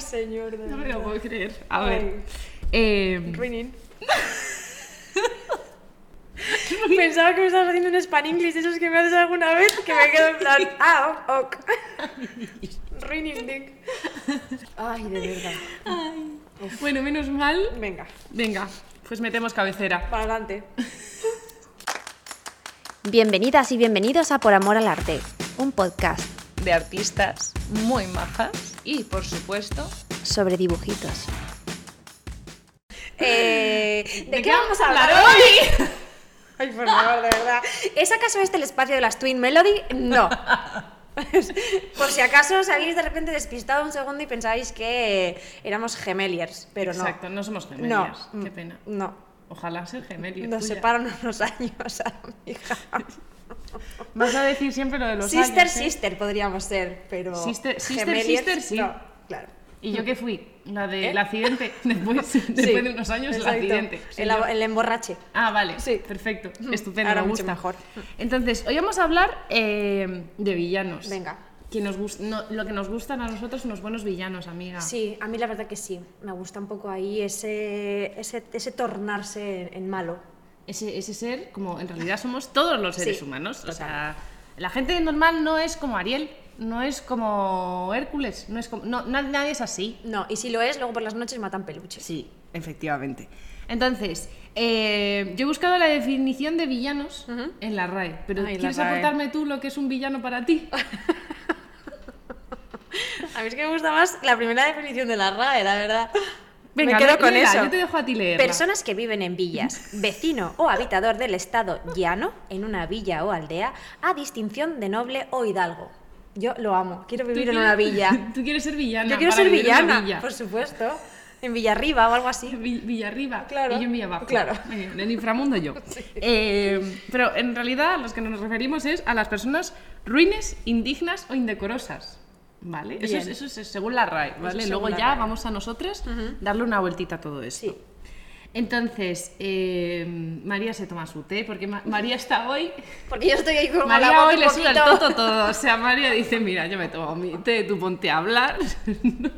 Señor de No me lo verdad. puedo creer. A Ay. ver. eh, Ruinin. Pensaba que me estabas haciendo un span English de esos que me haces alguna vez que me quedo en plan, ah, ok, ok. Ruinin, Dick. Ay, de verdad. bueno, menos mal. Venga, Venga, pues metemos cabecera. para adelante. Bienvenidas y bienvenidos a Por Amor al Arte, un podcast de artistas muy majas y, por supuesto, sobre dibujitos. Eh, ¿De, qué vamos a hablar hablar hoy? Ay, por favor, de verdad. ¿Es acaso este el espacio de las Twin Melody? No. Por si acaso os habéis de repente despistado un segundo y pensáis que éramos gemeliers, pero no. Exacto, no somos No, gemelas. mm, Qué pena. No. Ojalá ser gemelio. Nos tuya. separan unos años, amiga. Vas a decir siempre lo de los sister, años, ¿eh? sister podríamos ser, pero. Sister- sister, gemeliers, sister, sí. No, claro. Y yo que fui, la del ¿Eh? accidente, después, después Sí, de unos años, exacto. el accidente. Sí, El, yo- ab- el emborrache. Ah, vale. Sí. Perfecto. Estupendo, Ahora me mucho gusta. mejor. Entonces, hoy vamos a hablar eh, de villanos. Venga. Que nos gus- no, lo que nos gustan a nosotros son los buenos villanos, amiga. Sí, a mí la verdad que sí. Me gusta un poco ahí ese, ese, ese tornarse en malo. Ese, ese ser, como en realidad somos todos los seres Sí, humanos. O total. sea, la gente normal no es como Ariel, no es como Hércules, no es como. No, na- nadie es así. No, y si lo es, luego por las noches matan peluches. Sí, efectivamente. Entonces, eh, yo he buscado la definición de villanos en la RAE, pero Ay, la ¿quieres RAE. aportarme tú lo que es un villano para ti? A mí es que me gusta más la primera definición de la RAE, la verdad. Venga, me quedo le- con léela, eso. yo te dejo a ti leerla. Personas que viven en villas, Vecino o habitador del estado llano, en una villa o aldea, a distinción de noble o hidalgo. Yo lo amo, quiero Tú vivir en quieres- una villa. Tú quieres ser villana. Yo quiero para ser vivir en una villana, villa. por supuesto. En Villarriba o algo así. Vi- Villarriba Claro, y yo en Villabajo. claro. Muy bien, En el inframundo yo. Eh, pero en realidad a los que nos referimos es a las personas ruines, indignas o indecorosas. ¿Vale? Eso es, Bien. eso es según la RAE. ¿vale? es Luego según la ya RAE. vamos a nosotras darle una vueltita a todo esto. Sí. Entonces, eh, María se toma su té porque Ma- María está hoy Porque yo estoy ahí como la María voz hoy un le suda el poquito- toto todo. O sea, María dice, mira, yo me tomo mi té, tú ponte a hablar. ¿No?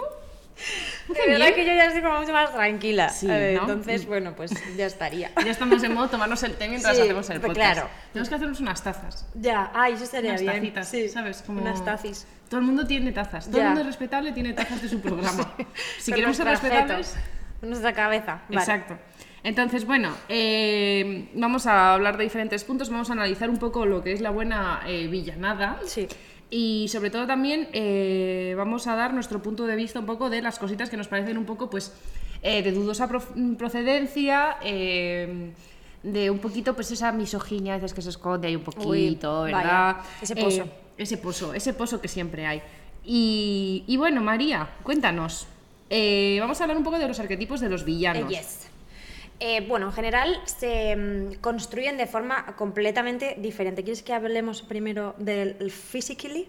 De verdad que yo ya estoy como mucho más tranquila. Sí, Eh, ¿no? Entonces, bueno, pues ya estaría. Ya estamos en modo tomarnos el té mientras Sí, hacemos el pues podcast. claro. Tenemos que hacernos unas tazas. Ya, ay, eso estaría Unas bien. tacitas, sí. ¿sabes? Como... Unas tacis. Todo el mundo tiene tazas. Todo Ya. el mundo respetable tiene tazas de su programa. Si Con queremos ser nuestro respetables... objeto, con Nuestra cabeza. Vale. Exacto. Entonces, bueno, eh, vamos a hablar de diferentes puntos, vamos a analizar un poco lo que es la buena eh, villanada. Sí. Y sobre todo también eh, vamos a dar nuestro punto de vista un poco de las cositas que nos parecen un poco, pues, eh, de dudosa prof- procedencia, eh, de un poquito, pues, esa misoginia a veces que se esconde ahí un poquito, vaya. ¿verdad? Eh, Ese pozo. ese pozo, ese pozo que siempre hay. Y, y bueno, María, cuéntanos. Eh, vamos a hablar un poco de los arquetipos de los villanos. Eh, yes. Eh, bueno, en general se mm, construyen de forma completamente diferente. ¿Quieres que hablemos primero del physically?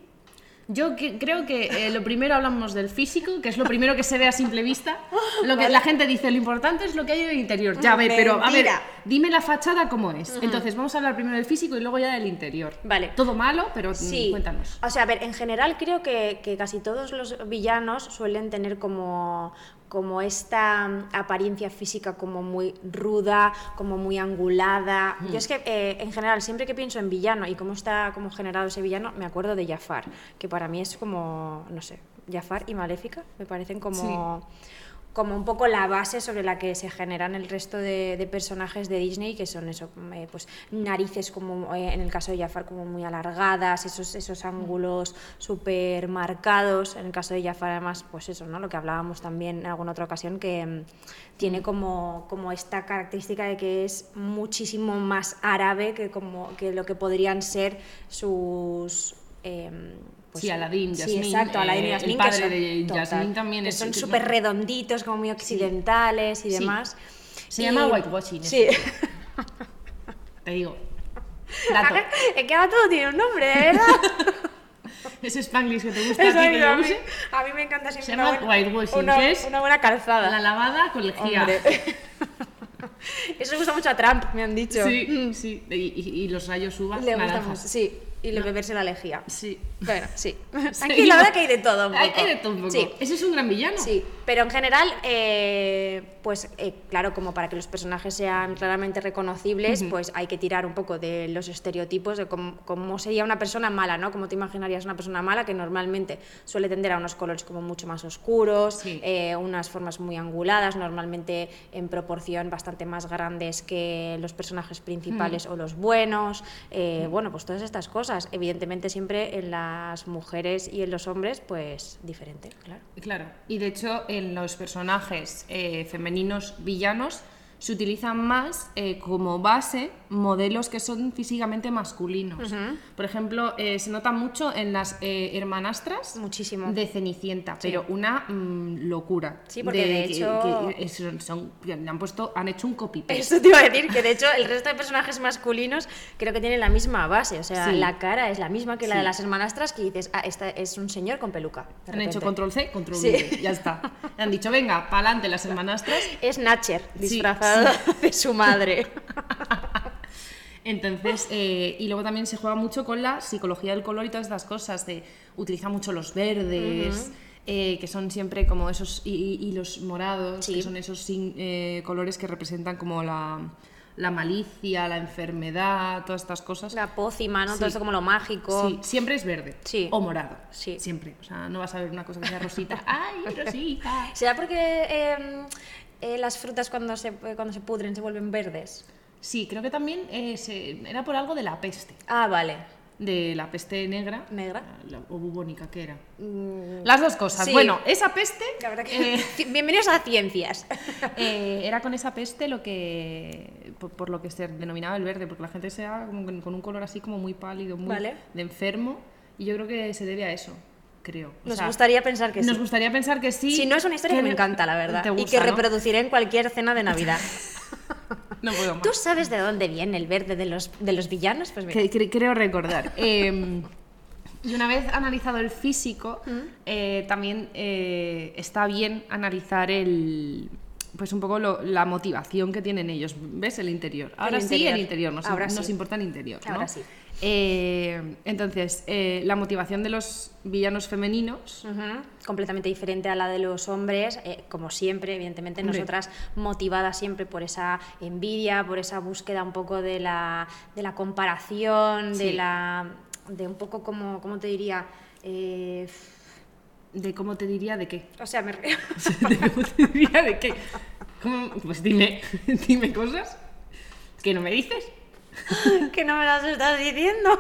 Yo que- creo que eh, lo primero hablamos del físico, que es lo primero que se ve a simple vista. Oh, Lo que la gente dice, lo importante es lo que hay en el interior. Ya, a ver, pero a ver, Mentira. dime la fachada cómo es. Entonces, vamos a hablar primero del físico y luego ya del interior. Vale. Todo malo, pero mm, Sí. cuéntanos. O sea, a ver, en general creo que, que casi todos los villanos suelen tener como, como esta mm, apariencia física como muy ruda, como muy angulada. Yo es que eh, en general siempre que pienso en villano y cómo está como generado ese villano, me acuerdo de Jafar, que para mí es como, no sé, Jafar y Maléfica me parecen como... como un poco la base sobre la que se generan el resto de, de personajes de Disney, que son eso, eh, pues narices como eh, en el caso de Jafar como muy alargadas, esos, esos ángulos súper marcados. En el caso de Jafar además, pues eso, ¿no? Lo que hablábamos también en alguna otra ocasión, que mm, tiene como, como esta característica de que es muchísimo más árabe que, como, que lo que podrían ser sus... em, Sí, Aladín, sí, Jasmine, exacto, Aladín y eh, el Jasmine, que padre son- de total, Jasmine también que es- son es- súper redonditos, como muy occidentales y Sí. demás. Se Y- llama whitewashing eso. Sí. Te digo. Dato. es que ahora todo tiene un nombre, de ¿verdad? Ese spanglish que te gusta a Eso ti digo, que a, yo mí, use. a mí me encanta siempre Se llama una, buena, whitewashing, una- que es una buena calzada. La lavada con lejía. Hombre. Eso le gusta mucho a Trump, me han dicho. Sí, sí. Y, y- y los rayos uvas Le gusta naranjas. mucho, sí. y le beberse la lejía. Sí. Bueno, sí. Aquí Seguimos. la verdad que hay de todo un poco. Hay, hay de todo un poco. Sí. Ese es un gran villano. Sí, pero en general, eh, pues eh, claro, como para que los personajes sean claramente reconocibles, pues hay que tirar un poco de los estereotipos de cómo, cómo sería una persona mala, ¿no? Como te imaginarías una persona mala que normalmente suele tender a unos colores como mucho más oscuros, Sí. eh, unas formas muy anguladas, normalmente en proporción bastante más grandes que los personajes principales o los buenos, eh, bueno, pues todas estas cosas. Evidentemente siempre en las mujeres y en los hombres, pues diferente, claro. Claro. Y de hecho, en los personajes eh, femeninos villanos se utilizan más eh, como base modelos que son físicamente masculinos. Por ejemplo, eh, se nota mucho en las eh, hermanastras Muchísimo. de Cenicienta, pero una mm, locura. Sí, porque de que- hecho- que son- son- que han puesto, han hecho un copy paste. Eso te iba a decir, que de hecho el resto de personajes masculinos creo que tienen la misma base, o sea, Sí. la cara es la misma que la de Sí. las hermanastras que dices, ah, esta es un señor con peluca. de Han hecho repente. control C, control Sí. V, ya está. Han dicho, venga, pa'lante las hermanastras. Es Natcher, disfrazado de su madre. Entonces, eh, y luego también se juega mucho con la psicología del color y todas estas cosas, de utiliza mucho los verdes, eh, que son siempre como esos, y, y- y los morados, Sí. que son esos sin- eh, colores que representan como la, la malicia, la enfermedad, todas estas cosas. La pócima, ¿no? Sí. Todo esto como lo mágico. Sí, siempre es verde Sí. o morado. Sí. Siempre. O sea, no vas a ver una cosa que sea rosita. ¡Ay, rosita! ¿Será porque eh, eh, las frutas cuando se, cuando se pudren se vuelven verdes? Sí, creo que también eh, se- era por algo de la peste. Ah, vale. de la peste negra. Negra. la- o bubónica, que era? Las dos cosas. Mm. sí. Bueno, esa peste. La verdad que... eh, Bienvenidos a Ciencias. eh, era con esa peste lo que. Por, por lo que se denominaba el verde, porque la gente se da con, con un color así como muy pálido, muy Vale. de enfermo. Y yo creo que se debe a eso, creo. O Nos sea, gustaría pensar que Nos sí. gustaría pensar que sí. Si no es una historia que me no- encanta, la verdad. te y gusta, que ¿no? reproduciré en cualquier cena de Navidad. No puedo más. ¿Tú sabes de dónde viene el verde de los, de los villanos? Pues mira. Que- cre- creo recordar. Eh, y una vez analizado el físico, Mm. eh, también eh, está bien analizar el pues un poco lo- la motivación que tienen ellos. ¿Ves? El interior. Ahora sí, interior. el interior. Nos, Ahora sí. nos importa el interior. ¿no? Ahora sí. Eh, entonces, eh, la motivación de los villanos femeninos. Ujú. Completamente diferente a la de los hombres, eh, como siempre, evidentemente Hombre. nosotras motivadas siempre por esa envidia, por esa búsqueda un poco de la, de la comparación, de Sí. la de un poco como, ¿cómo te diría? Eh, Mm. ¿De cómo te diría de qué? o sea, me re- ¿De cómo te diría de qué? ¿Cómo? Pues dime, dime cosas que no me dices. que no me las estás diciendo.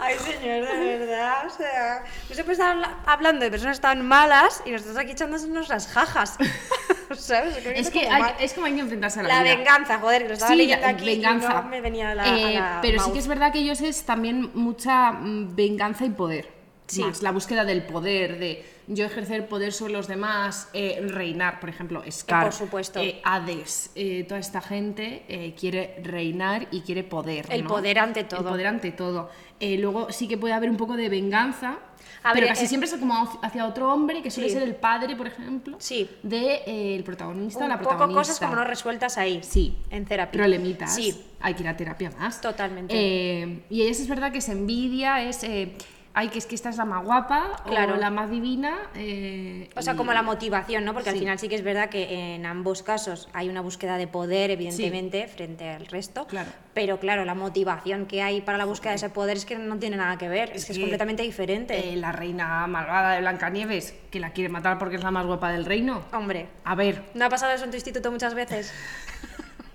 Ay, señor, de verdad, o sea, yo siempre estaba habla- hablando de personas tan malas y nosotros aquí echándonos las jajas, ¿sabes? Creo Es está que como mal. hay, es como hay que enfrentarse a la, La vida. venganza, joder, que lo Pues estaba Sí, leyendo la aquí y venganza. no me venía a la, a Eh, la pero sí mouth. que es verdad que ellos es también mucha mm, venganza y poder. Sí. Más, la búsqueda del poder, de yo ejercer poder sobre los demás, eh, reinar, por ejemplo, Scar, por supuesto. eh, Hades, eh, toda esta gente eh, quiere reinar y quiere poder. El ¿no? poder ante todo. El poder ante todo. Eh, luego sí que puede haber un poco de venganza, A pero ver, casi eh, siempre es como hacia- hacia otro hombre, que suele Sí. ser el padre, por ejemplo, Sí. del protagonista o la un protagonista. poco cosas como no resueltas ahí. Sí. En terapia. Problemitas. Sí. Hay que ir a terapia más. Totalmente. Eh, y ellas es verdad que se envidia, es. eh, ay, que es que esta es la más guapa Claro. o la más divina. eh, O sea, y- como la motivación, ¿no? Porque al Sí. final sí que es verdad que en ambos casos hay una búsqueda de poder, evidentemente, frente al resto. Claro. Pero claro, la motivación que hay para la búsqueda de ese poder es que no tiene nada que ver, es, que es que, completamente diferente. eh, la reina malvada de Blancanieves, que la quiere matar porque es la más guapa del reino. Hombre, A ver. ¿no ha pasado eso en tu instituto muchas veces?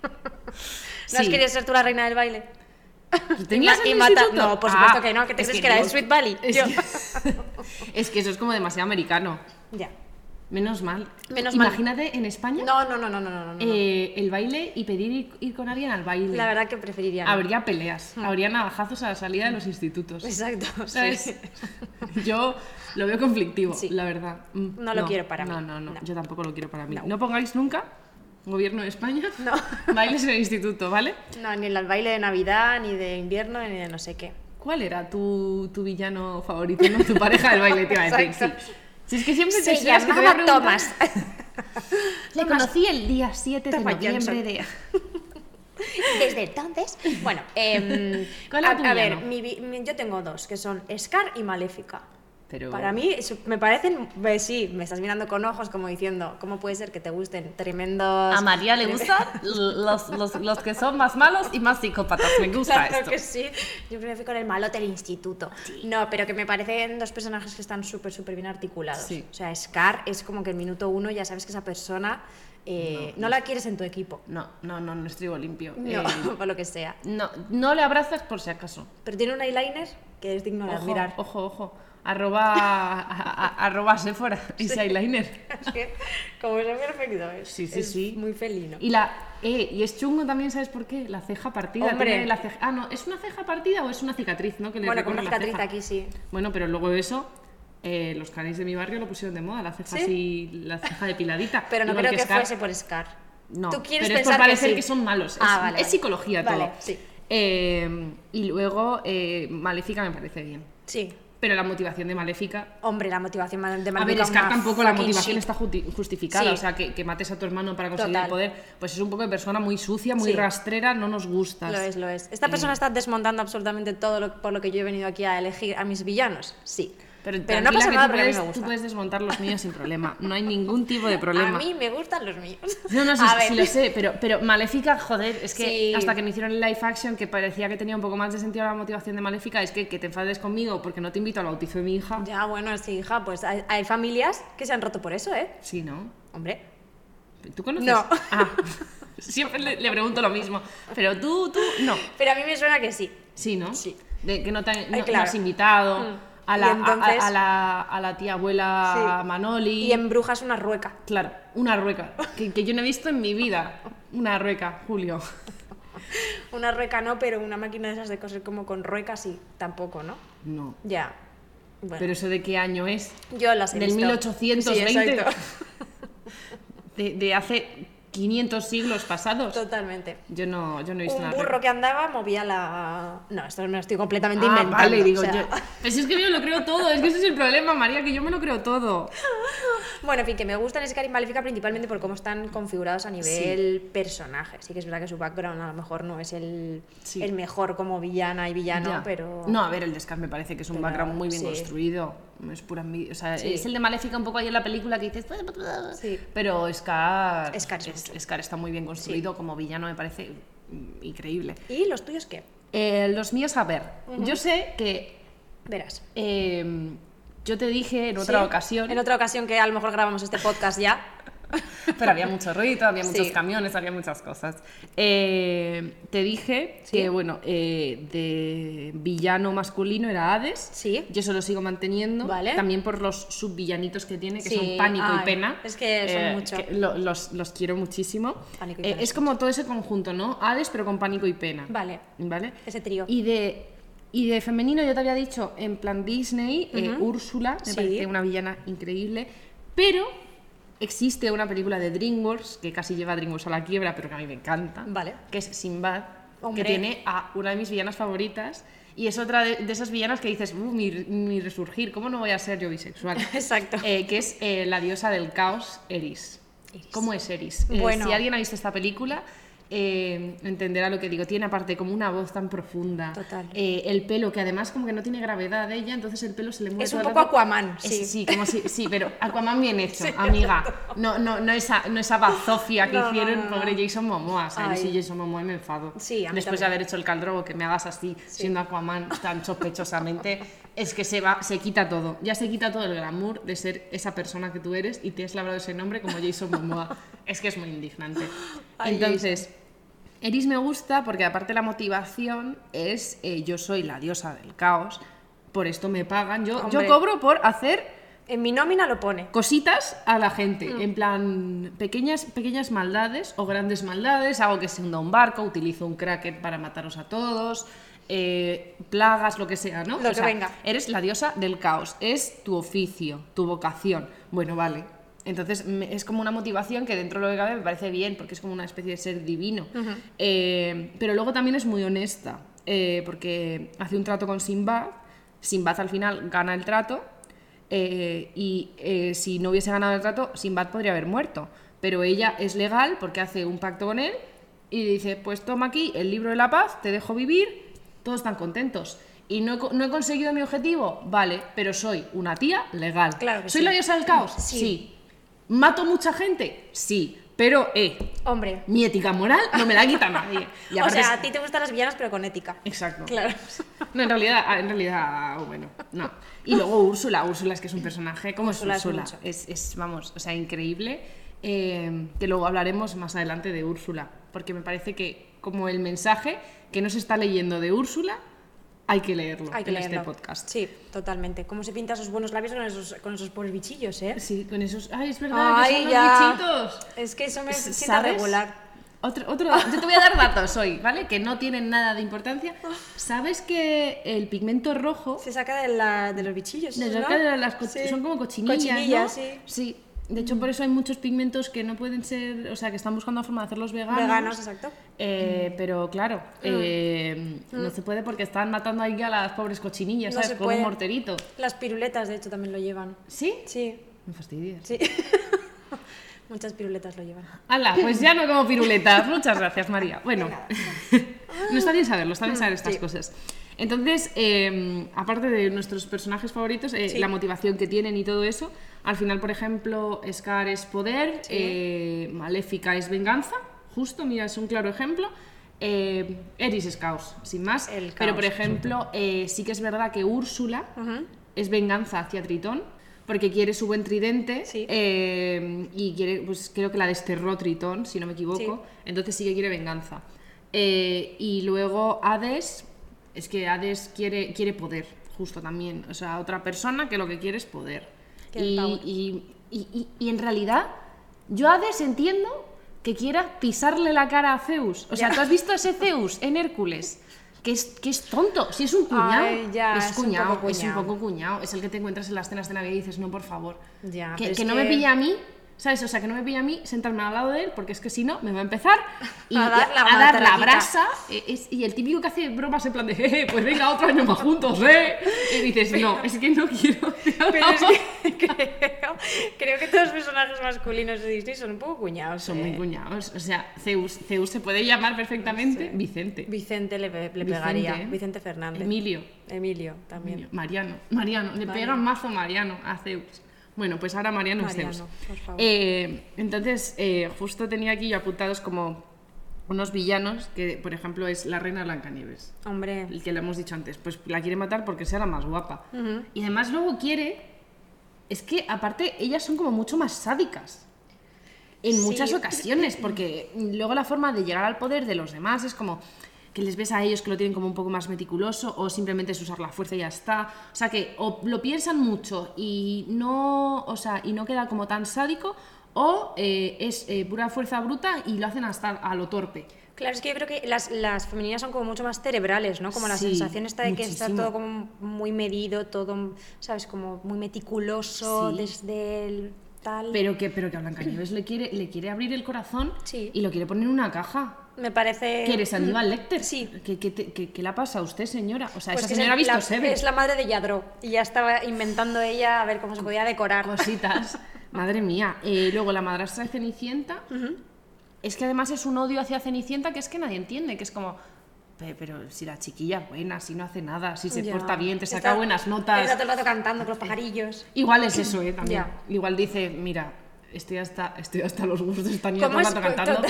¿No has Sí. querido ser tú la reina del baile? ¿Tenías ma- en y el mata- instituto? no, por supuesto Ah, que no, que te es crees que era de Dios, Sweet Valley, Es yo. que, es que eso es como demasiado americano. Ya. Menos mal. Menos mal. Imagínate en España No, no, no, no, no, no. no, no. eh, el baile y pedir ir, ir con alguien al baile. La verdad que preferiría. no. Habría peleas, habría navajazos a la salida de los institutos. Hmm. Exacto. ¿Sabes? sí. Yo lo veo conflictivo, Sí. la verdad. Mm, No lo quiero para no, mí. No, no, No. yo tampoco lo quiero para mí. No. No, pongáis nunca, gobierno de España, No. bailes en el instituto, ¿vale? No, ni el baile de Navidad, ni de invierno, ni de no sé qué. ¿Cuál era tu, tu villano favorito? No, tu pareja del baile, te iba a decir. Sí. Exacto. Si es que siempre te Se esperas que te voy a llamaba preguntar. Thomas. Le conocí el día 7 de Thomas noviembre Johnson. de... Desde entonces. Bueno, em, ¿Cuál a, era tu a ver, villano? mi vi- mi- yo tengo dos, que son Scar y Maléfica. Pero- Para mí eso- me parecen, pues sí, me estás mirando con ojos como diciendo, ¿cómo puede ser que te gusten tremendos... A María le gustan los, los- los que son más malos y más psicópatas. Me gusta Claro esto. que sí. Yo me fui con el malote del instituto. No, pero que me parecen dos personajes que están súper, súper bien articulados. Sí. O sea, Scar es como que en minuto uno ya sabes que esa persona eh, no, la quieres en tu equipo. No, no, no, no estribo limpio. No, Eh, por lo que sea. no, no le abrazas por si acaso. Pero tiene un eyeliner que es digno de Ojo, admirar. ojo, ojo. Arroba, a- a- arroba Sephora y eyeliner. Es que, como es perfecto, es, Sí, sí, es sí. muy felino. Y la eh, y es chungo también, ¿sabes por qué? La ceja partida. Hombre. tiene la ceja- ah, no, ¿es una ceja partida o es una cicatriz, no? Que le bueno, con una recorre la cicatriz ceja? aquí sí. Bueno, pero luego eso, eh, los canis de mi barrio lo pusieron de moda, la ceja ¿Sí? así, la ceja depiladita. Pero no Igual creo que, Scar- fuese por Scar. No, Tú quieres pero es pensar por parecer sí. que, son malos. Ah, es, vale, es vale. psicología Vale, todo. sí. Eh, y luego, eh, Maléfica me parece bien. Sí. Pero la motivación de Maléfica. Hombre, la motivación de a ver, Malvica, Scar una tampoco la fucking motivación shit. está justi- justificada. Sí. O sea, que, que mates a tu hermano para conseguir Total. el poder, pues es un poco de persona muy sucia, muy Sí. rastrera, no nos gusta. Lo es, lo es. Esta persona está desmontando absolutamente todo lo, por lo que yo he venido aquí a elegir a mis villanos. Sí. Pero, no tranquila pasa que nada tú porque a mí puedes, me Tú gusta. puedes desmontar los míos sin problema. No hay ningún tipo de problema. A mí me gustan los míos. No, no, sí, A sí, ver, sí lo sé, pero, pero Maléfica, joder, es que Sí. hasta que me hicieron el live action, que parecía que tenía un poco más de sentido la motivación de Maléfica, es que, que te enfades conmigo porque no te invito al bautizo de mi hija. Ya, bueno, sí, hija, pues hay, hay familias que se han roto por eso, ¿eh? Sí, ¿no? Hombre. ¿Tú conoces? No. Ah, siempre le, le pregunto lo mismo. Pero tú, tú, no. Pero a mí me suena que sí. Sí, ¿no? Sí. Eh, De que no te han- no- no claro. has invitado Mm. a, Y la, a- entonces- a, a la, a la tía abuela Sí. Manoli. Y en Brujas una rueca. Claro, una rueca, que, que yo no he visto en mi vida. Una rueca, Julio. Una rueca no, pero una máquina de esas de coser como con rueca sí, tampoco, ¿no? No. Ya. Bueno, Pero eso de qué año es. yo las he del visto. 1820. Sí, exacto. de, de hace 500 siglos pasados. Totalmente. Yo no, yo no he visto Un nada. burro que andaba movía la... No, esto me lo estoy completamente Ah, inventando. vale, digo o sea. yo. Pero si Pues es que yo me lo creo todo, es que ese es el problema, María, que yo me lo creo todo. Bueno, en fin, que me gustan Scar y Maléfica principalmente por cómo están configurados a nivel personaje. Sí que es verdad que su background a lo mejor no es el, Sí. el mejor como villana y villano, Ya. pero... No, a ver, el de Scar me parece que es un Pero, background muy bien sí. construido. No es pura envidia. O sea, Sí. es el de Maléfica un poco ahí en la película que dices. Sí. Pero Scar, Scar es mucho. Scar está muy bien construido como villano, me parece mm, increíble. ¿Y los tuyos qué? Eh, los míos, a ver. Yo sé que Verás. eh, yo te dije en otra Sí, ocasión. En otra ocasión que a lo mejor grabamos este podcast ya. Pero había mucho ruido, había muchos Sí. camiones, había muchas cosas. Eh, te dije Sí. que, bueno, eh, de villano masculino era Hades. Sí. Yo eso lo sigo manteniendo. Vale. También por los subvillanitos que tiene, que Sí. son Pánico Ay, y Pena. Eh, es que son mucho. que lo- los, los quiero muchísimo. Pánico y Eh, Pena es son como todo ese conjunto, ¿no? Hades, pero con Pánico y Pena. Vale. ¿Vale? Ese trío. Y de, y de femenino, yo te había dicho, en plan Disney, eh, Úrsula, me Sí. parece una villana increíble, pero existe una película de DreamWorks, que casi lleva a DreamWorks a la quiebra, pero que a mí me encanta, Vale. que es Sinbad, Hombre. que tiene a una de mis villanas favoritas, y es otra de, de esas villanas que dices, "Uh, mi, mi resurgir, ¿cómo no voy a ser yo bisexual? Exacto. Eh, que es eh, la diosa del caos, Eris. Eris. ¿Cómo es Eris? Eh, Bueno. si alguien ha visto esta película, eh, entenderá lo que digo. Tiene aparte como una voz tan profunda. Total. eh, el pelo, que además como que no tiene gravedad ella, entonces el pelo se le mueve. Es todo un el poco rato. Aquaman, Es- sí. sí, como si- sí, pero Aquaman bien hecho, amiga. No, no, no esa, no esa bazofia que No, no, hicieron, no, no. pobre Jason Momoa. O sea, yo Ay. sí, Jason Momoa me enfado. Sí, a mí Después de también. haber hecho el caldrobo, que me hagas así, siendo Aquaman tan sospechosamente, es que se va, se quita todo. Ya se quita todo el glamour de ser esa persona que tú eres y te has labrado ese nombre como Jason Momoa. es que es muy indignante. Ay, Entonces, Eris me gusta porque aparte la motivación es eh, yo soy la diosa del caos, por esto me pagan. Yo, yo Hombre. cobro por hacer En mi nómina lo pone. cositas a la gente, Mm. en plan pequeñas, pequeñas maldades o grandes maldades, hago que se hunda un barco, utilizo un cracker para mataros a todos, eh, plagas, lo que sea, ¿no? Lo O que sea, venga. Eres la diosa del caos, es tu oficio, tu vocación. Bueno, vale. Entonces me- es como una motivación que dentro de lo que cabe me parece bien, porque es como una especie de ser divino. Eh, pero luego también es muy honesta, eh, porque hace un trato con Sinbad, Sinbad al final gana el trato, eh, y eh, si no hubiese ganado el trato, Sinbad podría haber muerto. Pero ella es legal porque hace un pacto con él Y dice, pues toma aquí el libro de la paz, te dejo vivir, todos están contentos. Y no he, co- no he conseguido mi objetivo, vale, pero soy una tía legal. Claro que ¿Soy sí. la diosa del caos? Sí. ¿Mato mucha gente? Sí. Pero, eh, Hombre. mi ética moral no me la quita nadie. Y o aparte sea, es- a ti te gustan las villanas, pero con ética. Exacto. Claro. No, en realidad, ah, en realidad, bueno, no. Y luego Úrsula, Úrsula es que es un personaje, como es Úrsula es Úrsula? mucho. Es, es, vamos, o sea, increíble. Eh, que luego hablaremos más adelante de Úrsula, porque me parece que como el mensaje que no se está leyendo de Úrsula, hay que leerlo Hay que en leerlo. este podcast. Sí, totalmente. ¿Cómo se pinta esos buenos labios con esos, con esos pobres bichillos, eh? Sí, con esos... ¡Ay, es verdad! que Ay, son ya. los bichitos! Es que eso me S- sienta ¿sabes? regular. Otro, otro, yo te voy a dar datos hoy, ¿vale? Que no tienen nada de importancia. Ah. ¿Sabes que el pigmento rojo Se saca de, la- de los bichillos. Le ¿no? sacan a las co- Sí. Son como cochinillas, Cochinillas, ¿no? sí. De hecho, por eso hay muchos pigmentos que no pueden ser, o sea, que están buscando la forma de hacerlos veganos. Veganos, exacto. Mm. Eh, pero claro, eh, no se puede porque están matando ahí a las pobres cochinillas, No ¿sabes? se Con puede. un morterito. Las piruletas, de hecho, también lo llevan. ¿Sí? Sí, Me fastidias. sí. Muchas piruletas lo llevan. Hala, pues ya no como piruletas. Muchas gracias, María. Bueno, no está bien saberlo, está bien saber estas cosas. Entonces, eh, aparte de nuestros personajes favoritos, eh, la motivación que tienen y todo eso, al final, por ejemplo, Scar es poder, eh, Maléfica es venganza, justo, mira, es un claro ejemplo. eh, Eris es caos, sin más. El Pero, por caos, ejemplo, eh, sí que es verdad que Úrsula es venganza hacia Tritón, porque quiere su buen tridente Sí. eh, y quiere, pues creo que la desterró Tritón, si no me equivoco. Sí. Entonces sí que quiere venganza. Eh, y luego Hades, es que Hades quiere, quiere poder, justo también. O sea, otra persona que lo que quiere es poder. Quiere Y, power. y- y- y- y en realidad, yo a Hades entiendo que quiera pisarle la cara a Zeus. O sea, Ya. ¿tú has visto ese Zeus en Hércules? Que es, que es tonto, si es un cuñado. Ay, ya, es, es un cuñado, poco es un cuñado. poco cuñado. Es el que te encuentras en las cenas de Navidad y dices, no, por favor. Ya, que pero es que no me que- pilla a mí, ¿sabes? O sea, que no me pilla a mí sentarme al lado de él, porque es que si no, me va a empezar y, A dar la a dar la matraquita. brasa. eh, es- y el típico que hace bromas en plan de, "Eh, pues venga, otro año más juntos, ¿eh? Y dices, no, es que no quiero. Pero es que creo, creo que todos los personajes masculinos de Disney son un poco cuñados. Son eh. muy cuñados. O sea, Zeus, Zeus se puede llamar perfectamente Vicente. Vicente le, pe- le Vicente, pegaría. ¿eh? Vicente Fernández. Emilio. Emilio también. Mariano, Mariano, le pega mazo Mariano a Zeus. Bueno, pues ahora Mariano, Mariano, es Zeus. por favor. Eh, entonces, eh, justo tenía aquí yo apuntados como unos villanos, que por ejemplo es la reina Blancanieves, Hombre, el que le hemos dicho antes, pues la quiere matar porque sea la más guapa. Y además luego quiere, es que aparte ellas son como mucho más sádicas. En Sí. muchas ocasiones, porque luego la forma de llegar al poder de los demás es como que les ves a ellos que lo tienen como un poco más meticuloso o simplemente es usar la fuerza y ya está. O sea que o lo piensan mucho y no, o sea, y no queda como tan sádico o eh, es eh, pura fuerza bruta y lo hacen hasta a lo torpe. Claro, es que yo creo que las, las femeninas son como mucho más cerebrales, ¿no? Como la Sí, sensación esta de que está muchísimo. todo como muy medido, todo, ¿sabes? Como muy meticuloso Sí. desde el tal. Pero que, pero que a Blancanieves le quiere, le quiere abrir el corazón Sí. y lo quiere poner en una caja. Me parece. Que eres Aníbal Lecter. Sí. ¿Qué, qué te- qué- qué la pasa a usted, señora? O sea, Pues esa que señora ha es, visto el- la- Seven. es la madre de Yadro y ya estaba inventando ella a ver cómo se podía decorar. cositas. Madre mía. Eh, luego la madrastra de Cenicienta. Es que además es un odio hacia Cenicienta que es que nadie entiende, que es como. "Pe- Pero si la chiquilla es buena, si no hace nada, si se Ya. porta bien, te saca Está- buenas Está notas. todo el rato cantando con los pajarillos. Igual es eso, ¿eh? También. Ya. Igual dice, mira, estoy hasta, estoy hasta los gustos de esta niña ¿Cómo todo el es rato cantando. que-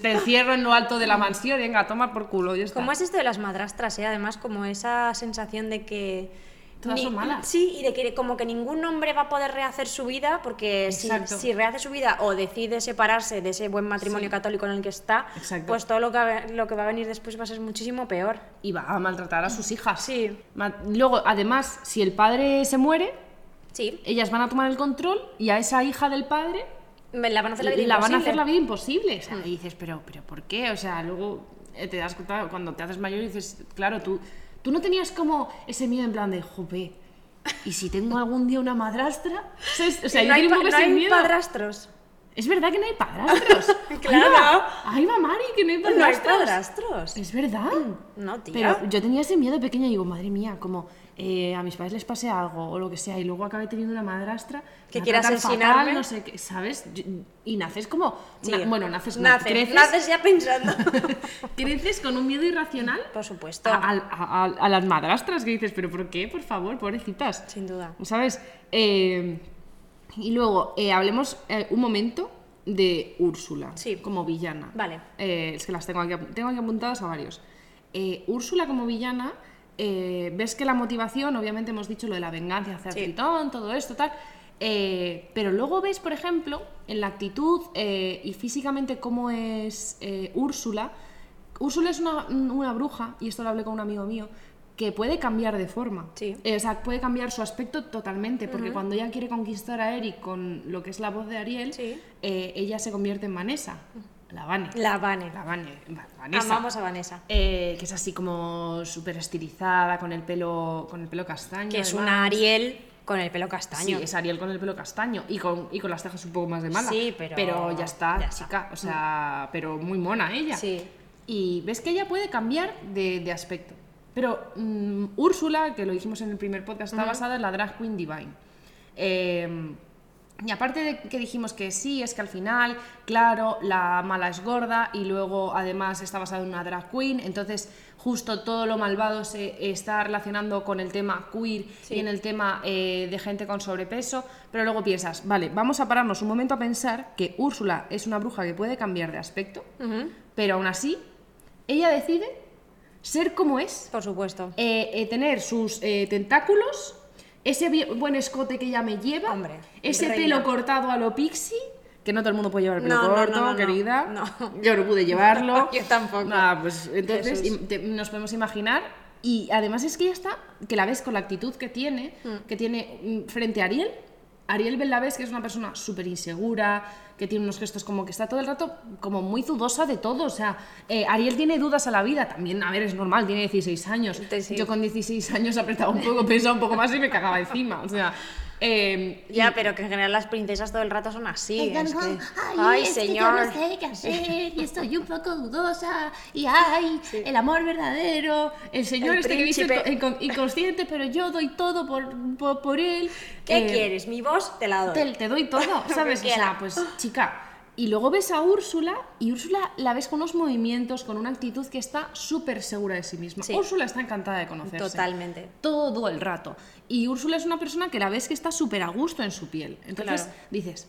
Te encierro en lo alto de la mansión, venga, toma por culo. Ya está. ¿Cómo es esto de las madrastras, eh? Además, como esa sensación de que... Todas son malas. Sí, y de que como que ningún hombre va a poder rehacer su vida, porque si, Exacto. si rehace su vida o decide separarse de ese buen matrimonio católico en el que está, Exacto. pues todo lo que, va- lo que va a venir después va a ser muchísimo peor. y va a maltratar a sus hijas. Sí. Ma- Luego, además, si el padre se muere, Sí, ellas van a tomar el control y a esa hija del padre me la van a hacer la vida la van a imposible. hacer la vida imposible. O sea, y dices, pero, pero ¿por qué? O sea, luego eh, te das cuenta cuando te haces mayor y dices, claro, tú, tú no tenías como ese miedo en plan de, jope, ¿y si tengo algún día una madrastra? ¿Sabes? O sea, Y yo no hay, tenía un pa- poco no ese hay miedo. padrastros. Es verdad que no hay padrastros. Ahí Claro. va- Ahí va Mari, que no hay No hay padrastros. padrastros. Es verdad. No, tía. Pero yo tenía ese miedo pequeña y digo, madre mía, como, eh, a mis padres les pase algo o lo que sea y luego acabé teniendo una madrastra Que me quiera tratan asesinarme. fatal, no sé qué, ¿sabes? Yo- Y naces como... Sí. na- bueno, naces, no, naces, creces, naces ya pensando. creces con un miedo irracional Por supuesto. a, al- a- a- a las madrastras que dices, pero ¿por qué? Por favor, pobrecitas. Sin duda. ¿Sabes? Eh, y luego, eh, hablemos eh, un momento de Úrsula Sí. como villana. Vale. Eh, es que las tengo aquí, ap- tengo aquí apuntadas a varios. Eh, Úrsula como villana, eh, ves que la motivación, obviamente hemos dicho lo de la venganza hacia Sí. Tritón, todo esto, tal. eh, pero luego ves, por ejemplo, en la actitud eh, y físicamente cómo es eh, Úrsula. Úrsula es una, una bruja, y esto lo hablé con un amigo mío, que puede cambiar de forma. Sí. Eh, o sea, puede cambiar su aspecto totalmente, porque cuando ella quiere conquistar a Eric con lo que es la voz de Ariel, Sí. eh, ella se convierte en Vanessa, la Vane. La Vane. La Vane, Va- Vanessa. Amamos a Vanessa. Eh, que es así como súper estilizada, con el pelo, con el pelo castaño. Que es además. una Ariel con el pelo Sí, castaño. es Ariel con el pelo castaño y con, y con las cejas un poco más de mala. Sí, pero- ya está, ya está. chica. O sea, pero muy mona ella. Sí. Y ves que ella puede cambiar de, de aspecto. Pero mm, Úrsula, que lo dijimos en el primer podcast, está basada en la drag queen Divine. Eh, y aparte de que dijimos que sí, es que al final, claro, la mala es gorda y luego además está basada en una drag queen, entonces justo todo lo malvado se está relacionando con el tema queer y en el tema eh, de gente con sobrepeso, pero luego piensas, vale, vamos a pararnos un momento a pensar que Úrsula es una bruja que puede cambiar de aspecto, pero aún así, ella decide ser como es Por supuesto. eh, eh, tener sus eh, tentáculos, ese bi- buen escote que ella me lleva, Hombre, ese reina. pelo cortado a lo pixie, que no todo el mundo puede llevar el pelo No, no, no, corto, no, no. querida. No. Yo no pude llevarlo. Yo tampoco. Nada, pues entonces Jesús. im- te- nos podemos imaginar. Y además es que ya está, que la ves con la actitud que tiene, que tiene mm, frente a Ariel. Ariel la ves que es una persona súper insegura, que tiene unos gestos como que está todo el rato como muy dudosa de todo. O sea, eh, Ariel tiene dudas a la vida. También, a ver, es normal, tiene 16 años. Te- sí. Yo con 16 años apretaba un poco, pensaba un poco más y me cagaba encima. O sea, eh, y- Ya, pero que en general las princesas todo el rato son así. Están es con, que- ay, este, Ay, es señor. que yo no sé qué hacer y estoy un poco dudosa y ay, el amor verdadero. el señor El este que dice príncipe. inco- inconsciente, pero yo doy todo por, por, por él. Eh, ¿Qué quieres? Mi voz te la doy. Te, te doy todo, que ¿sabes? O sea, quiera. pues chica. Y luego ves a Úrsula y Úrsula la ves con unos movimientos, con una actitud que está súper segura de sí misma. Sí. Úrsula está encantada de conocerse. Totalmente. Todo el rato. Y Úrsula es una persona que la ves que está súper a gusto en su piel. Entonces Claro. dices,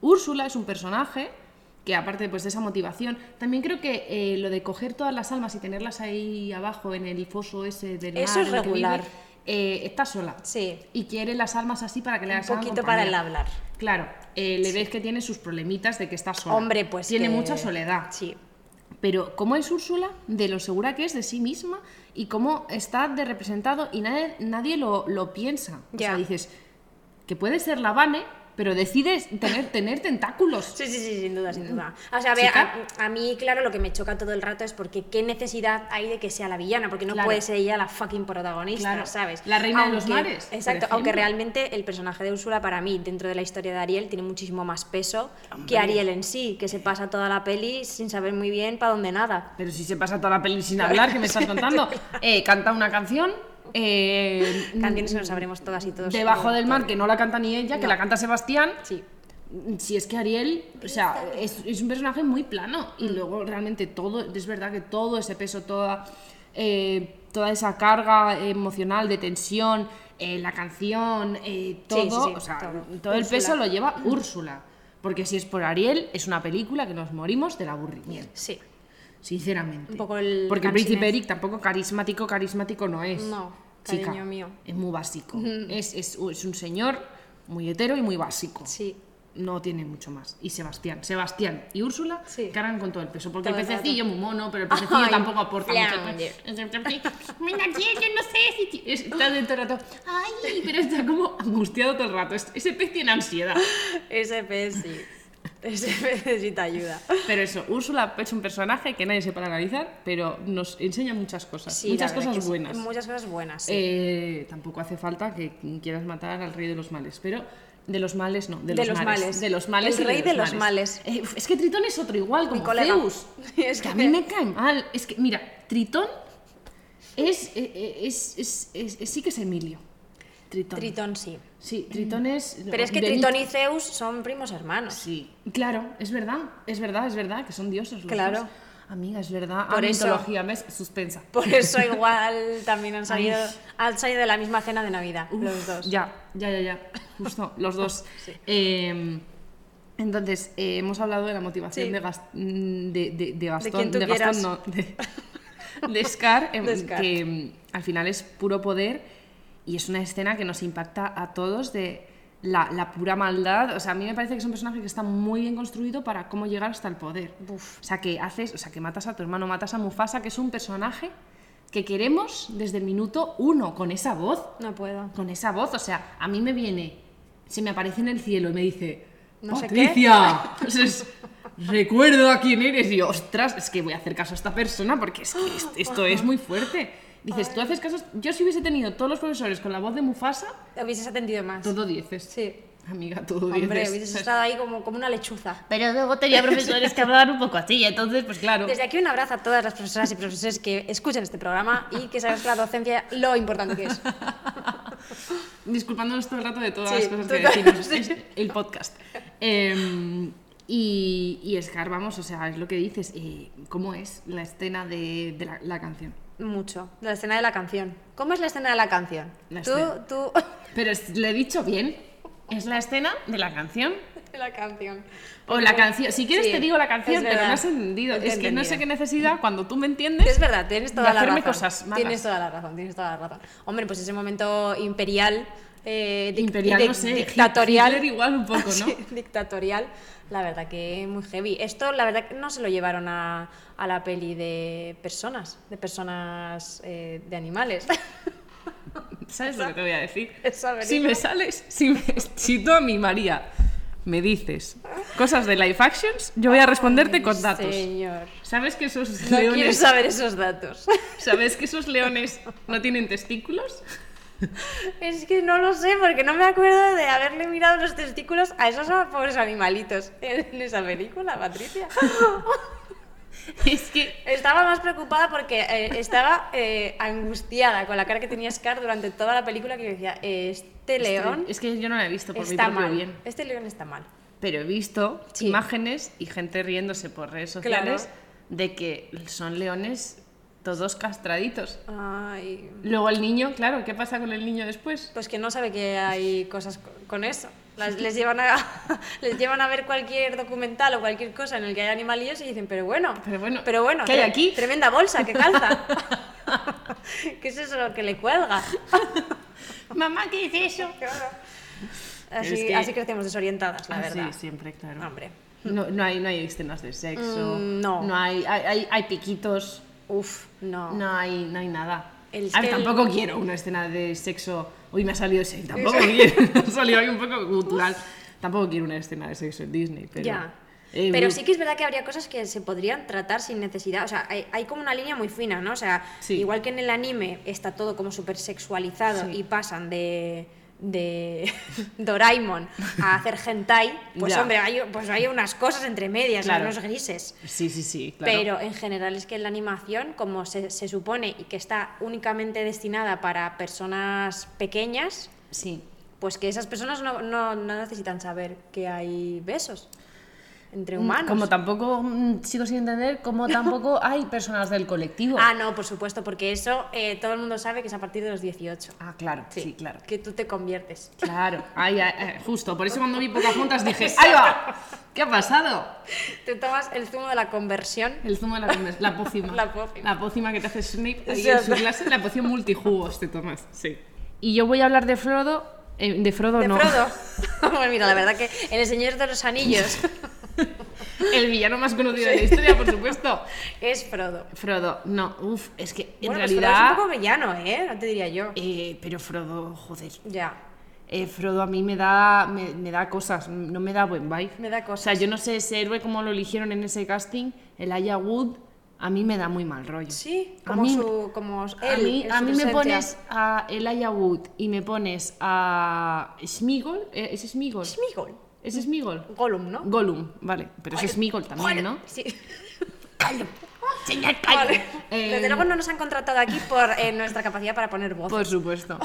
Úrsula es un personaje que aparte pues, de esa motivación, también creo que eh, lo de coger todas las almas y tenerlas ahí abajo en el foso ese del Eso mar es en el que regular. vive, eh, está sola. Sí. Y quiere las almas así para que le Un hagan poquito para el compañía. hablar. Claro, eh, le ves que tiene sus problemitas de que está sola. Hombre, pues. Tiene que- mucha soledad. Sí. Pero cómo es Úrsula, de lo segura que es de sí misma y cómo está de representado y nadie, nadie lo, lo piensa. O Ya. sea, dices que puede ser la Vane, pero decides tener, tener tentáculos. Sí, sí, sí, sin duda, sin duda. O sea, a ver, Mm. Chica. a, a mí, claro, lo que me choca todo el rato es porque qué necesidad hay de que sea la villana, porque no Claro. puede ser ella la fucking protagonista, Claro. ¿sabes? La reina de los mares, por Exacto, aunque ejemplo. realmente el personaje de Úrsula para mí, dentro de la historia de Ariel, tiene muchísimo más peso que Ariel en sí, que se pasa toda la peli sin saber muy bien para dónde nada. Pero si se pasa toda la peli sin hablar, ¿qué me estás contando? Eh, canta una canción. eh, Canciones que nos sabremos todas y todos. Debajo del mar, que no la canta ni ella, que la canta Sebastián. Sí. Si es que Ariel, o sea, es, es un personaje muy plano Mm. y luego realmente todo, es verdad que todo ese peso, toda, eh, toda esa carga emocional de tensión, eh, la canción, eh, todo, sí, sí, o sea, todo. todo el Úrsula. Mm. peso lo lleva Úrsula. Porque si es por Ariel, es una película que nos morimos del aburrimiento Sí. sinceramente. Un poco el Porque el cansinés. príncipe Eric tampoco carismático, carismático no es. No, Chica, cariño mío. Mm. Es muy básico. es, es, es un señor muy hetero y muy básico. Sí. No tiene mucho más. Y Sebastián. Sebastián y Úrsula Sí. cargan con todo el peso. Porque Todo el el rato. pececillo es muy mono, pero el pececillo Ay, tampoco aporta Flounder. mucho. Mira, tío, yo no sé si... ti- es- Está de todo el rato... Ay, pero está como angustiado todo el rato. Es- Ese pez tiene ansiedad. Ese pez sí. Ese pez necesita ayuda. Pero eso, Úrsula es un personaje que nadie se para analizar, pero nos enseña muchas cosas. Sí, muchas la verdad cosas que sí. buenas. Muchas cosas buenas. sí. Eh, tampoco hace falta que quieras matar al rey de los males, pero de los males no, de, los, males. De los males. El y rey de los males. Eh, uf, es que Tritón es otro igual, como colega. Zeus. Es que a que- mí me cae mal. Es que, mira, Tritón Es, eh, es, es- es- es- sí que es Emilio. Tritón. Tritón sí. Sí, Tritón es... Pero es que Benito. Tritón y Zeus son primos hermanos. Sí. Claro, es verdad, es verdad, es verdad, que son dioses los Claro. dos. Amiga, es verdad. Por ah, eso- mitología, ¿ves? Suspensa. Por eso igual también han salido, Ay. han salido de la misma cena de Navidad, los dos. Ya, ya, ya, ya. Justo, los dos. Eh, entonces, eh, hemos hablado de la motivación Sí. de, Gas- mm, de, de- de Gastón. quien tú Gastón, quieras. no, de, de Scar, em, De Scar. que em, al final es puro poder y es una escena que nos impacta a todos de la, la pura maldad. O sea, a mí me parece que es un personaje que está muy bien construido para cómo llegar hasta el poder. O sea, que haces, o sea, que matas a tu hermano, matas a Mufasa, que es un personaje que queremos desde el minuto uno, con esa voz No puedo. con esa voz. O sea, a mí me viene, se me aparece en el cielo y me dice, No sé Patricia, entonces, recuerdo a quién eres. Y yo, ostras, es que voy a hacer caso a esta persona porque es que est- esto es muy fuerte. Dices, tú haces caso. Yo si hubiese tenido todos los profesores con la voz de Mufasa, Hubieses atendido más. todo dieces. Sí. Amiga, todo Hombre, dieces. hubieses estado ahí como, como una lechuza. Pero luego tenía profesores que hablaban un poco así, entonces, pues claro. Desde aquí un abrazo a todas las profesoras y profesores que escuchan este programa y que sabes que la docencia lo importante que es. disculpándonos todo el rato de todas Sí, las cosas que total, decimos. sí. Es el podcast. Em, y, y Scar, vamos, o sea, es lo que dices. eh, ¿Cómo es la escena de, de la, la canción? Mucho. La escena de la canción. ¿Cómo es la escena de la canción? La tú, escena. tú. Pero es- le he dicho bien. Es la escena de la canción. la canción. O la canción. Si quieres Sí, te digo la canción, es pero verdad. no has entendido. Te he Es que no sé entendido. qué necesidad cuando tú me entiendes. Es verdad, tienes toda de la hacerme razón. cosas malas. Tienes toda la razón, tienes toda la razón. Hombre, pues ese momento imperial, eh, dic- Imperial, dic- no sé, dictatorial, Hitler igual un poco, ¿no? Sí, dictatorial, la verdad que muy heavy. Esto, la verdad que no se lo llevaron a, a la peli de personas, de personas eh, de animales. ¿Sabes lo que te voy a decir? esa venía. Si me sales, si, me- si tú a mí, María, me dices cosas de live actions, yo voy a responderte con datos. Señor, ¿Sabes que esos no quiero leones, saber esos datos. ¿sabes que esos leones no tienen testículos? Es que no lo sé, porque no me acuerdo de haberle mirado los testículos a esos pobres animalitos en esa película, Patricia. Es que Estaba más preocupada porque eh, estaba eh, angustiada con la cara que tenía Scar durante toda la película que yo decía, eh, este león es que yo no la he visto por está mi propio mal. bien, Este león está mal. pero he visto Sí. imágenes y gente riéndose por redes sociales Claro. de que son leones todos castraditos. Ay, Luego el niño, claro, ¿qué pasa con el niño después? pues que no sabe que hay cosas co- con eso. Las- les, llevan a, les llevan a ver cualquier documental o cualquier cosa en el que hay animalillos y dicen, pero bueno, Pero bueno, pero bueno ¿qué hay tre- aquí?" Tremenda bolsa, que calza. ¿Qué es eso lo que le cuelga? Mamá, ¿qué es eso? Así, Es que- así crecemos desorientadas, la Ah, verdad. Sí, siempre, claro. Hombre. No, no hay, no hay escenas de sexo. Mm, no. hay, hay, hay- hay piquitos. Uf, no. No hay, no hay nada. El- A ver, el- tampoco quiero una escena de sexo. Hoy me ha salido ese. Tampoco quiero. me ha salido ahí un poco cultural. Tampoco quiero una escena de sexo en Disney, pero. Ya. Eh, pero bu- sí que es verdad que habría cosas que se podrían tratar sin necesidad. O sea, hay, hay como una línea muy fina, ¿no? O sea, Sí. igual que en el anime está todo como súper sexualizado Sí. y pasan de de Doraemon a hacer hentai, pues Ya. hombre, hay, pues hay unas cosas entre medias, Claro. unos grises. Sí, sí, sí, claro. Pero en general es que la animación, como se, se supone y que está únicamente destinada para personas pequeñas, Sí. pues que esas personas no, no- no necesitan saber que hay besos entre humanos. Como tampoco, mm, sigo sin entender, como tampoco hay personas del colectivo. ah, no, por supuesto, porque eso eh, todo el mundo sabe que es a partir de los 18. Ah, claro, sí, claro. Que tú te conviertes. Claro. Ay, ay, ay, justo. Por eso cuando vi Pocahontas dije: ¡Ahí va! ¿Qué ha pasado? Te tomas el zumo de la conversión. El zumo de la, conver- la pócima. La pócima. La pócima que te hace Snape ahí en Exacto. su clase, la poción multijugos te tomas. Sí. Y yo voy a hablar de Frodo. eh, de Frodo De no. Este Frodo. Bueno, mira, la verdad que en El Señor de los Anillos El villano más conocido de la historia, por supuesto. es Frodo. Frodo, no, uff, es que en Bueno, pues Frodo es realidad. un poco villano, ¿eh? No te diría yo. eh, pero Frodo, joder. Ya. eh, Frodo a mí me da, me, me da cosas, no me da buen vibe. Me da O sea, cosas. yo no sé ese héroe cómo lo eligieron en ese casting. El Aya Wood, a mí me da muy mal rollo. Sí, A como mí- su. Como a él, mí, en a su mí me presencia. pones a Elijah Wood y me pones a Smigol. eh, ¿Es Smigol? Smigol. ¿Es Smigol? Gollum, ¿no? Gollum, vale. Pero es Smigol también, ¿no? Sí. Señor, cállate. Eh, Desde luego no nos han contratado aquí por eh, nuestra capacidad para poner voz. Por supuesto.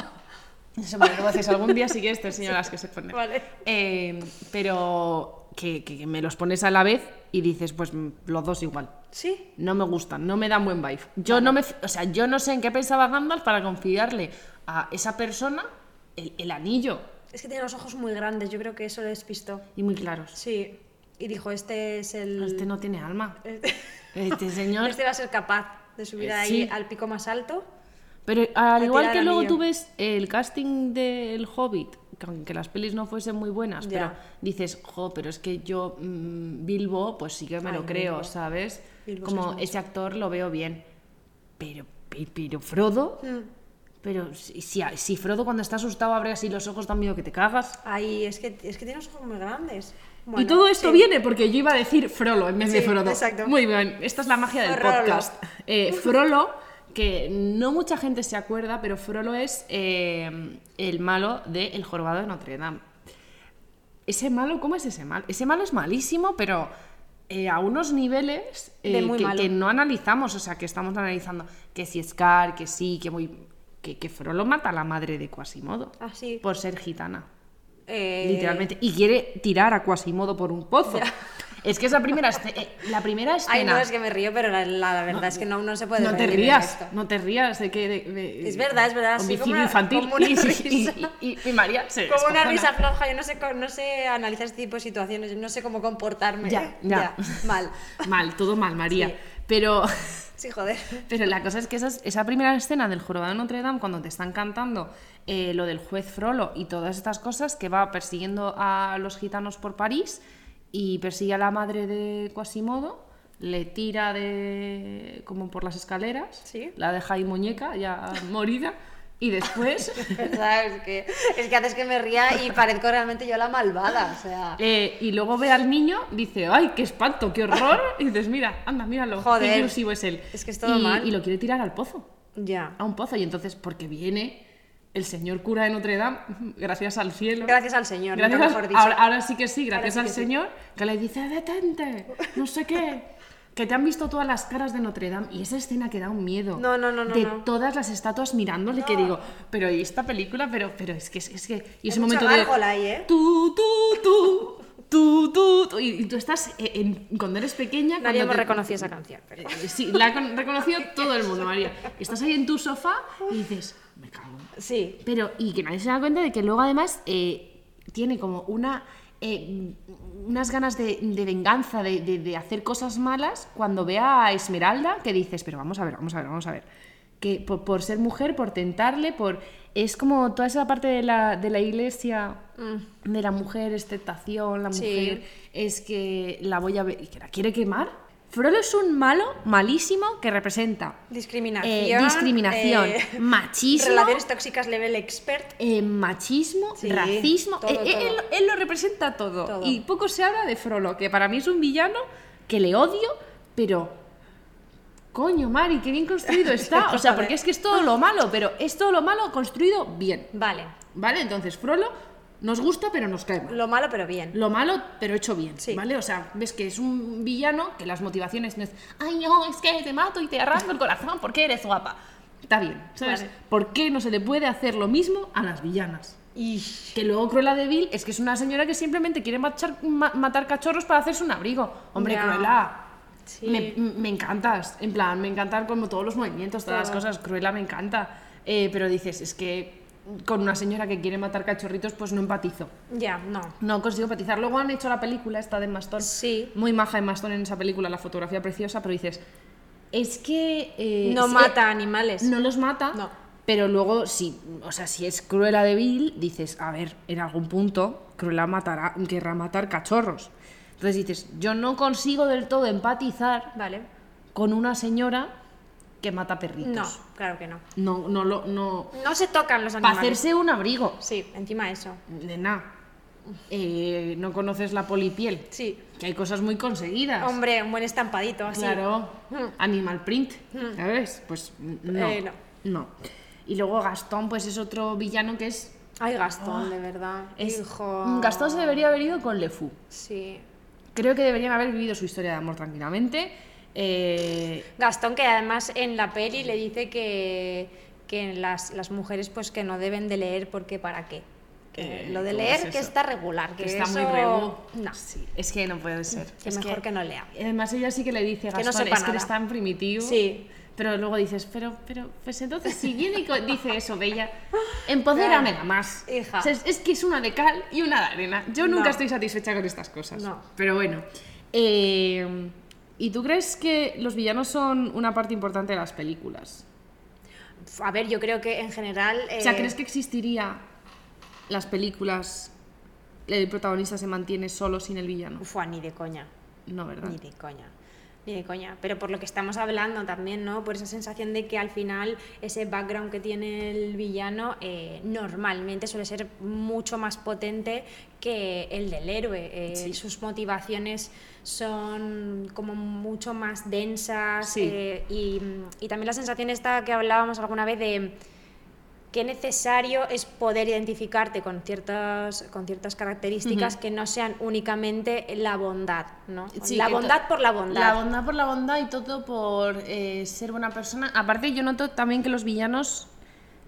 Se ponen voces. Algún día sí que te enseño las que se ponen. Vale. Eh, pero que, que me los pones a la vez y dices, pues mm, los dos igual. Sí. No me gustan, no me dan buen vibe. Yo no me, o sea, yo no sé en qué pensaba Gandalf para confiarle a esa persona el, el anillo. Es que tiene los ojos muy grandes, yo creo que eso le despistó. Y muy claros. Sí. Y dijo, este es el... Este no tiene alma. Este, Este señor. Este va a ser capaz de subir Eh, ahí sí. al pico más alto. Pero al A igual tirar que el luego anillo. tú ves el casting del Hobbit, que aunque las pelis no fuesen muy buenas, Ya. pero dices, jo, pero es que yo mm, Bilbo, pues sí que me Ay, lo creo, Bilbo. ¿sabes? Bilbo Como sois ese actor lo veo bien. Pero, pe- pero Frodo, Mm. pero si, si, si Frodo cuando está asustado abre así los ojos, da miedo que te cagas. Ahí, es que, es que tiene los ojos muy grandes. y Bueno, todo esto sí. viene porque yo iba a decir Frollo en vez de Sí, Frodo. exacto. Muy bien, esta es la magia del Frollo. podcast. Eh, Frollo, que no mucha gente se acuerda, pero Frollo es eh, el malo de El Jorobado de Notre Dame. Ese malo, ¿cómo es ese malo? Ese malo es malísimo, pero eh, a unos niveles eh, De muy que, malo. que no analizamos, o sea, que estamos analizando que si Scar, que sí, que muy... Que, que Frollo mata a la madre de Quasimodo Ah, sí. por ser gitana. Eh, Literalmente. Y quiere tirar a Quasimodo por un pozo. Es que es la primera, esce- eh, la primera escena. Ay, no, es que me río, pero la, la- la verdad es que no, no se puede No te reír en rías, esto. no te rías de que... de- de- Es verdad, es verdad, sí, Homicidio como una- infantil. como una Y- y- risa. Y, y- y María se Como una descojona. risa floja, yo no sé, co- no sé analizar este tipo de situaciones, yo no sé cómo comportarme. Ya, ya. Mal. Mal, todo mal, María. Sí. Pero... Sí, joder. Pero la cosa es que esas- esa primera escena del jorobado de Notre Dame, cuando te están cantando eh, lo del juez Frollo y todas estas cosas, que va persiguiendo a los gitanos por París y persigue a la madre de Quasimodo, le tira de como por las escaleras, Sí. la deja ahí muñeca, ya morida, y después ¿Verdad? Es que, es que haces que me ría y parezco realmente yo la malvada. O sea, Eh, y luego ve al niño, dice, ¡ay, qué espanto, qué horror! Y dices, mira, anda, míralo, Joder. qué inclusivo es él. Es que es todo y, mal. y lo quiere tirar al pozo, ya. a un pozo. Y entonces, porque viene el señor cura de Notre Dame, gracias al cielo. Gracias al Señor, Gracias nunca al- mejor dicho. Ahora, ahora sí que sí, gracias Ahora al sí que sí. señor, que le dice, detente, no sé qué. Que te han visto todas las caras de Notre Dame y esa escena que da un miedo. No, no, no, no, De no. todas las estatuas mirándole, que digo, pero ¿y esta película? Pero, pero es que es, es que. Y Hay ese mucha momento de. gárgola ahí, ¿eh? Tú, tú, tú, tú, tú, tú. Y, y tú estás eh, en- cuando eres pequeña. cuando Nadie hemos te- reconocido esa canción. pero- Eh, Sí, la ha con- reconocido todo el mundo, María. Y estás ahí en tu sofá y dices, me cago. en Sí. pero, y que nadie se da cuenta de que luego además eh, tiene como una. eh, unas ganas de, de venganza, de, de- de hacer cosas malas, cuando ve a Esmeralda, que dices, pero vamos a ver, vamos a ver, vamos a ver. Que por, por ser mujer, por tentarle, por. Es como toda esa parte de la, de la iglesia, de la mujer, es tentación, la Mm. Sí. mujer, es que la voy a ver. y que la quiere quemar. Frollo es un malo, malísimo, que representa. Discriminación. eh, discriminación, eh, machismo. Relaciones tóxicas level expert. Eh, machismo, Sí, racismo, todo, eh, eh, todo. Él, él lo representa todo. Todo. Y poco se habla de Frollo, que para mí es un villano que le odio, pero... Coño, Mari, qué bien construido está. O sea, porque es que es todo lo malo, pero es todo lo malo construido bien. Vale. ¿Vale? Entonces, Frollo nos gusta, pero nos cae mal. Lo malo, pero bien. Lo malo, pero hecho bien. Sí. ¿Vale? O sea, ves que es un villano que las motivaciones no es... Ay, no, es que te mato y te arranco el corazón porque eres guapa. Está bien, ¿sabes? Vale. ¿Por qué no se le puede hacer lo mismo a las villanas? Y Que luego Cruella de Vil es que es una señora que simplemente quiere machar- ma- matar cachorros para hacerse un abrigo. Hombre, Ya. Cruella. Sí. Me, me encantas. En plan, me encantan como todos los movimientos, todas las Todo. cosas. Cruella me encanta. Eh, pero dices, es que con una señora que quiere matar cachorritos, pues no empatizo. ya, no. No consigo empatizar. Luego han hecho la película esta de Mastón. Sí. Muy maja de Mastón en esa película, la fotografía preciosa, pero dices, es que... eh, No sí, mata animales. no los mata, No. pero luego si, o sea, si es Cruella de Vil, dices, a ver, en algún punto Cruella matará, querrá matar cachorros. Entonces dices, yo no consigo del todo empatizar Vale. con una señora que mata No, perritos. claro que no. No, no lo, no. No se tocan los Para animales. hacerse un abrigo, Sí, encima eso. nena. eh, no conoces la polipiel. Sí. Que hay cosas muy conseguidas. Hombre, un buen estampadito así. Claro. Mm. Animal print. ¿Sabes? Pues n- no. Eh, no. No. Y luego Gastón, pues es otro villano que es Ay, Gastón, de verdad. Ah, Es- Hijo. Gastón se debería haber ido con Lefou. Sí. Creo que deberían haber vivido su historia de amor tranquilamente. Eh, Gastón, que además en la peli le dice que, que las, las mujeres pues que no deben de leer porque para qué. Que Eh, lo de ¿cómo leer es que eso? está regular, que, que está muy eso- rebo. No, Sí, es que no puede ser. que Es mejor que... no lea. Además ella sí que le dice, no Gastón, sepa es que eres nada". tan primitivo. Sí. Pero luego dices, pero, pero, pues entonces si viene y co- dice eso, Bella, empoderame más. Ah, Hija. O sea, es, es que es una de cal y una de arena. Yo nunca No. estoy satisfecha con estas cosas. No. Pero bueno. Eh, ¿Y tú crees que los villanos son una parte importante de las películas? A ver, yo creo que en general... O sea, eh, ¿crees que existiría las películas, el protagonista se mantiene solo sin el villano? Ufua, ni de coña. No, ¿verdad? Ni de coña. Ni de coña. Pero por lo que estamos hablando también, ¿no? Por esa sensación de que al final ese background que tiene el villano eh, normalmente suele ser mucho más potente que el del héroe. Eh, Sus motivaciones son como mucho más densas. Sí. eh, y, y también la sensación esta que hablábamos alguna vez de qué necesario es poder identificarte con ciertas, con ciertas características que no sean únicamente la bondad, ¿no? Sí, la que to- bondad por la bondad. La bondad por la bondad y todo por eh, ser buena persona. Aparte, yo noto también que los villanos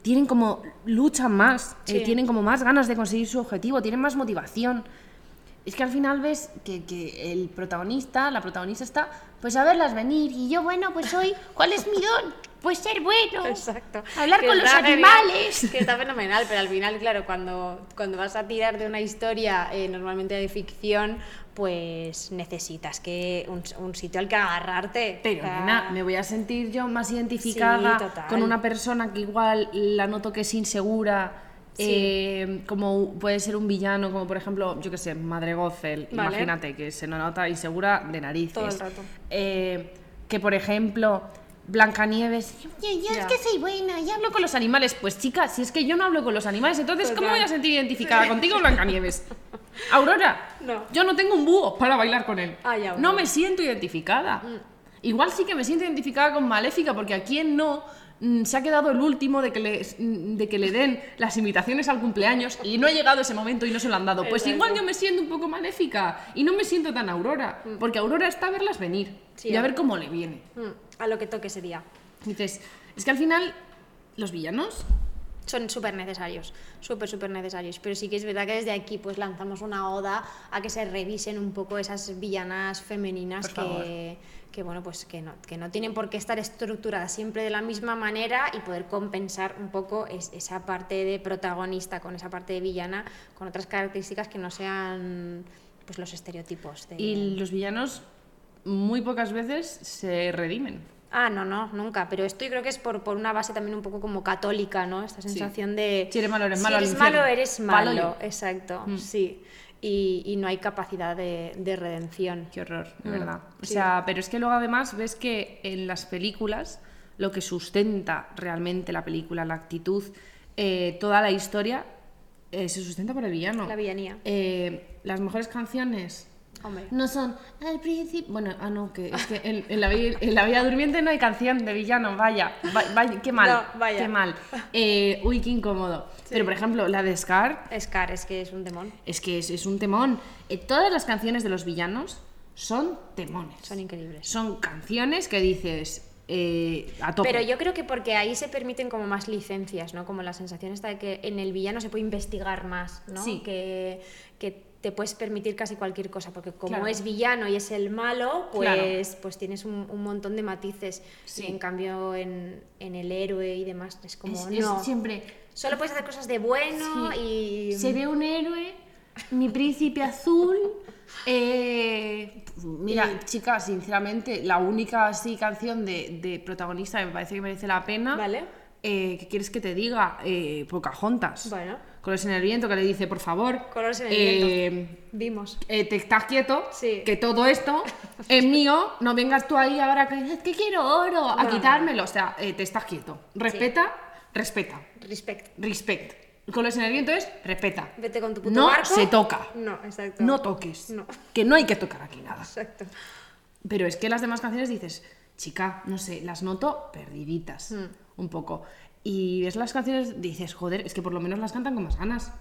tienen como. luchan más, eh, Sí. tienen como más ganas de conseguir su objetivo, tienen más motivación. Es que al final ves que, que el protagonista, la protagonista está, pues a verlas venir. Y yo, bueno, pues hoy, ¿cuál es mi don? Pues ser bueno. Exacto. Hablar Que con los está genial, animales. que está fenomenal, pero al final, claro, cuando, cuando vas a tirar de una historia eh, normalmente de ficción, pues necesitas que un, un sitio al que agarrarte. Pero O sea, nena, me voy a sentir yo más identificada Sí, total. con una persona que igual la noto que es insegura, Sí. eh, como puede ser un villano, como por ejemplo, yo qué sé, Madre Gothel, Vale. imagínate, que se nota insegura de narices. Todo el rato. Eh, que por ejemplo, Blancanieves, yo, yo es Ya. que soy buena, yo hablo con los animales. Pues chica, si es que yo no hablo con los animales, entonces ¿cómo Total. voy a sentir identificada contigo, Blancanieves? Aurora, No. yo no tengo un búho para bailar con él. Ah, ya, no bueno. me siento identificada. Igual sí que me siento identificada con Maléfica, porque a quién no Mm, se ha quedado el último de que, le, mm, de que le den las invitaciones al cumpleaños y no ha llegado ese momento y no se lo han dado. Pues Exacto. igual yo me siento un poco maléfica y no me siento tan Aurora, porque Aurora está a verlas venir Sí, y a a ver ver. cómo le viene. mm, A lo que toque ese día. Dices, es que al final los villanos son súper necesarios, súper, súper necesarios. Pero sí que es verdad que desde aquí pues lanzamos una oda a que se revisen un poco esas villanas femeninas que, que, bueno, pues que no, que no tienen por qué estar estructuradas siempre de la misma manera y poder compensar un poco es- esa parte de protagonista con esa parte de villana, con otras características que no sean pues los estereotipos. De... y los villanos muy pocas veces se redimen. Ah, no, no, nunca. Pero esto yo creo que es por, por una base también un poco como católica, ¿no? Esta sensación de... Si eres malo, eres malo, Si al eres malo, infierno. eres Palo malo. yo. Mm. Exacto, sí. Y, y no hay capacidad de, de redención. Qué horror, de Mm. verdad. O sea, pero es que luego además ves que en las películas lo que sustenta realmente la película, la actitud, eh, toda la historia, eh, se sustenta por el villano. La villanía. Eh, las mejores canciones Hombre. no son al principio. Bueno, ah, no, que es que en, en la, vi- en la Vida Durmiente no hay canción de villano, vaya, va- vaya, qué mal, No, vaya. qué mal. Eh, uy, qué incómodo. Pero por ejemplo, la de Scar, Scar es que es un demonio. es que es, es un temón. Eh, todas las canciones de los villanos son temones. Son increíbles. Son canciones que dices eh, a tope. Pero yo creo que porque ahí se permiten como más licencias, ¿no? Como la sensación esta de que en el villano se puede investigar más, ¿no? Sí. Que, que te puedes permitir casi cualquier cosa, porque como Claro. es villano y es el malo, pues, Claro. pues tienes un, un montón de matices. Sí. Y en cambio en, en el héroe y demás es como, Es- es no, siempre solo puedes hacer cosas de bueno Sí. y... Seré un héroe, mi príncipe azul. eh, mira, chica, sinceramente, la única así canción de, de protagonista que me parece que merece la pena. Vale. eh, ¿Qué quieres que te diga? Eh, Pocahontas. Bueno. Colores en el viento, que le dice, por favor. Colores en el eh, Vimos. eh, te estás quieto, Sí. que todo esto es mío, no vengas tú ahí ahora que es que quiero oro a No, quitármelo. O sea, eh, te estás quieto. Respeta, respeta, Respect. respect. Con los en el viento es respeta. Vete con tu puto No barco. se toca. No, exacto. No toques. No. Que no hay que tocar aquí nada. Exacto. Pero es que las demás canciones dices, chica, no sé, las noto perdiditas. Hmm. Un poco. Y ves las canciones, dices, joder, es que por lo menos las cantan con más ganas.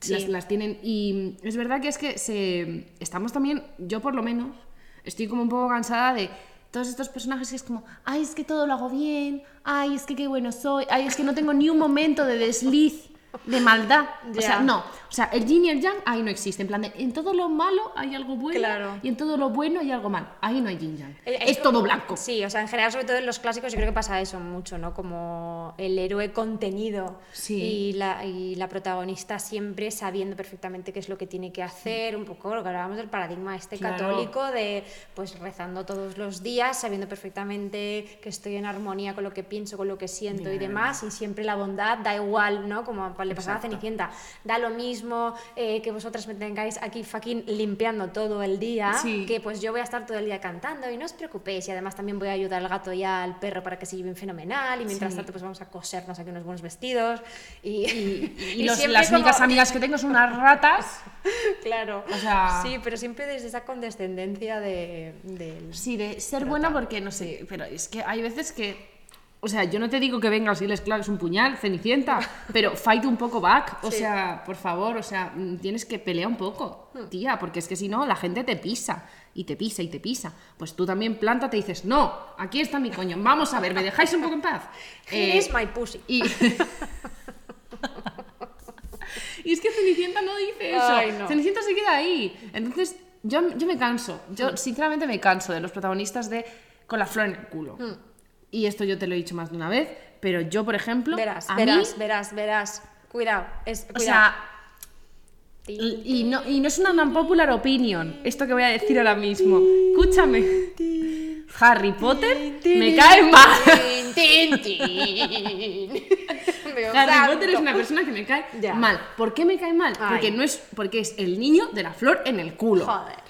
Sí. Las, las tienen. Y es verdad que es que se, estamos también, yo por lo menos, estoy como un poco cansada de. todos estos personajes que es como, ay, es que todo lo hago bien, ay, es que qué bueno soy, ay, es que no tengo ni un momento de desliz, de maldad. O sea, Ya. no. O sea, el yin y el yang ahí no existe. En plan, de, en todo lo malo hay algo bueno Claro. y en todo lo bueno hay algo malo. Ahí no hay yin yang. Eh, es como- todo blanco. Sí, o sea, en general, sobre todo en los clásicos, yo creo que pasa eso mucho, ¿no? Como el héroe contenido Sí. y, la, y la protagonista siempre sabiendo perfectamente qué es lo que tiene que hacer, un poco lo que hablábamos del paradigma este Claro. católico de pues rezando todos los días, sabiendo perfectamente que estoy en armonía con lo que pienso, con lo que siento y demás, y siempre la bondad da igual, ¿no? Como le pasaba a Cenicienta, da lo mismo eh, que vosotras me tengáis aquí fucking limpiando todo el día, Sí. que pues yo voy a estar todo el día cantando y no os preocupéis y además también voy a ayudar al gato y al perro para que se lleven fenomenal y mientras tanto pues vamos a cosernos aquí unos buenos vestidos y, Y, y los- siempre las como- únicas amigas que tengo son unas ratas. claro o sea- sí pero siempre desde esa condescendencia de, del- Sí, de ser buena porque no sé, pero es que hay veces que. O sea, yo no te digo que vengas y les claves un puñal, cenicienta, pero fight un poco back. O sea, por favor, o sea, mm, tienes que pelear un poco, tía, porque es que si no, la gente te pisa y te pisa y te pisa. Pues tú también planta, te dices, no, aquí está mi coño, vamos a ver, ¿me dejáis un poco en paz? Here Eh, is my pussy y... Y es que Cenicienta no dice eso. Ay, no. Cenicienta se queda ahí. Entonces, yo, yo me canso. Hmm. Yo, sinceramente, me canso de los protagonistas de con la flor en el culo. Hmm. Y esto yo te lo he dicho más de una vez, pero yo, por ejemplo, verás a verás mí, verás verás cuidado es o cuidado sea, Ti. y y no, y no es una unpopular opinion, esto que voy a decir ahora mismo. Escúchame. Harry Potter me cae mal. Tin, tin, tin. Me Harry salto. Potter es una persona que me cae Ya. mal. ¿Por qué me cae mal? Ay. Porque no es porque es el niño de la flor en el culo. joder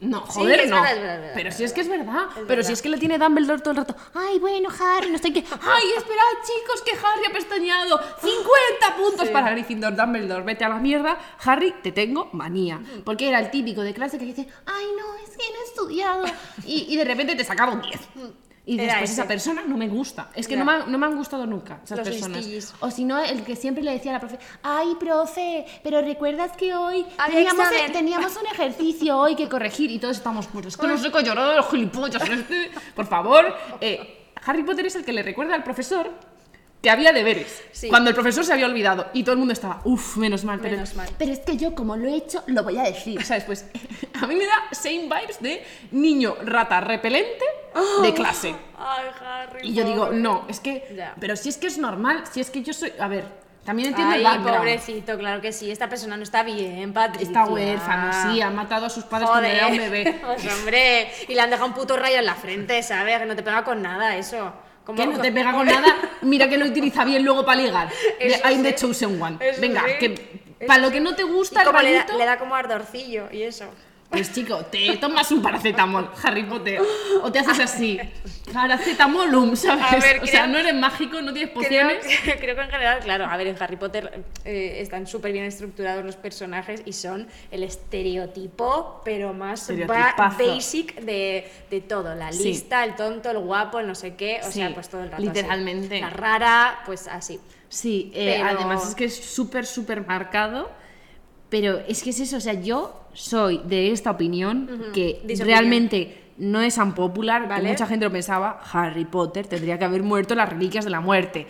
No, Sí, joder, es no. verdad, es verdad, es verdad, pero es si es que es verdad. pero si verdad. es que le tiene Dumbledore todo el rato. Ay, bueno, Harry, no sé qué. Ay, esperad, chicos, que Harry ha pestañado. 50 puntos para Gryffindor, Dumbledore, vete a la mierda. Harry, te tengo manía. Porque era el típico de clase que dice, ay, no, es que no he estudiado. Y, y de repente te sacaba un 10. Y Era después ese. esa persona no me gusta. Es que Ya. no me, ha- no me han gustado nunca esas Los personas. listillos. O si no, el que siempre le decía a la profe, ay, profe, pero recuerdas que hoy Había teníamos, examen". teníamos un Este ejercicio hoy que corregir y todos estamos, pues es que no sé qué llorado de los gilipollas este". Por favor, eh, Harry Potter es el que le recuerda al profesor que había deberes. Sí. Cuando el profesor se había olvidado y todo el mundo estaba, uff, menos mal, pero menos mal Pero es que yo como lo he hecho, lo voy a decir. o sea, después, a mí me da same vibes de niño rata repelente Ah. de clase. Ay, Harry Y yo digo, pobre. no, es que. Ya. Pero si es que es normal, si es que yo soy. A ver, también entiendo Ay, el background. pobrecito, claro que sí. Esta persona no está bien, Patricia. Está huérfano, sí, ha matado a sus padres Joder. cuando era un bebé. Pues hombre, y le han dejado un puto rayo en la frente, ¿sabes? Que no te pega con nada eso. Como- Que no te pega con nada, mira que lo utiliza bien luego para ligar. De Eso I'm the sí. chosen one. Eso Venga, sí. que Eso para lo sí. que no te gusta Y el como le, da, bañito, le da como ardorcillo y eso. pues chico, te tomas un paracetamol, Harry Potter, o te haces así, paracetamolum, ¿sabes? A ver, o sea, creo- no eres mágico, no tienes Creo, pociones. que- creo que en general, claro, a ver, en Harry Potter eh, están súper bien estructurados los personajes y son el estereotipo, pero más ba- Estereotipazo. basic de, de todo. La Sí. lista, el tonto, el guapo, el no sé qué, o sea, Sí, pues todo el rato. así. literalmente. La rara, pues así. Sí, eh, Pero- además es que es súper, súper marcado. Pero es que es eso, o sea, yo soy de esta opinión que disopinión. realmente no es tan popular, Vale. mucha gente lo pensaba, Harry Potter tendría que haber muerto en las reliquias de la muerte.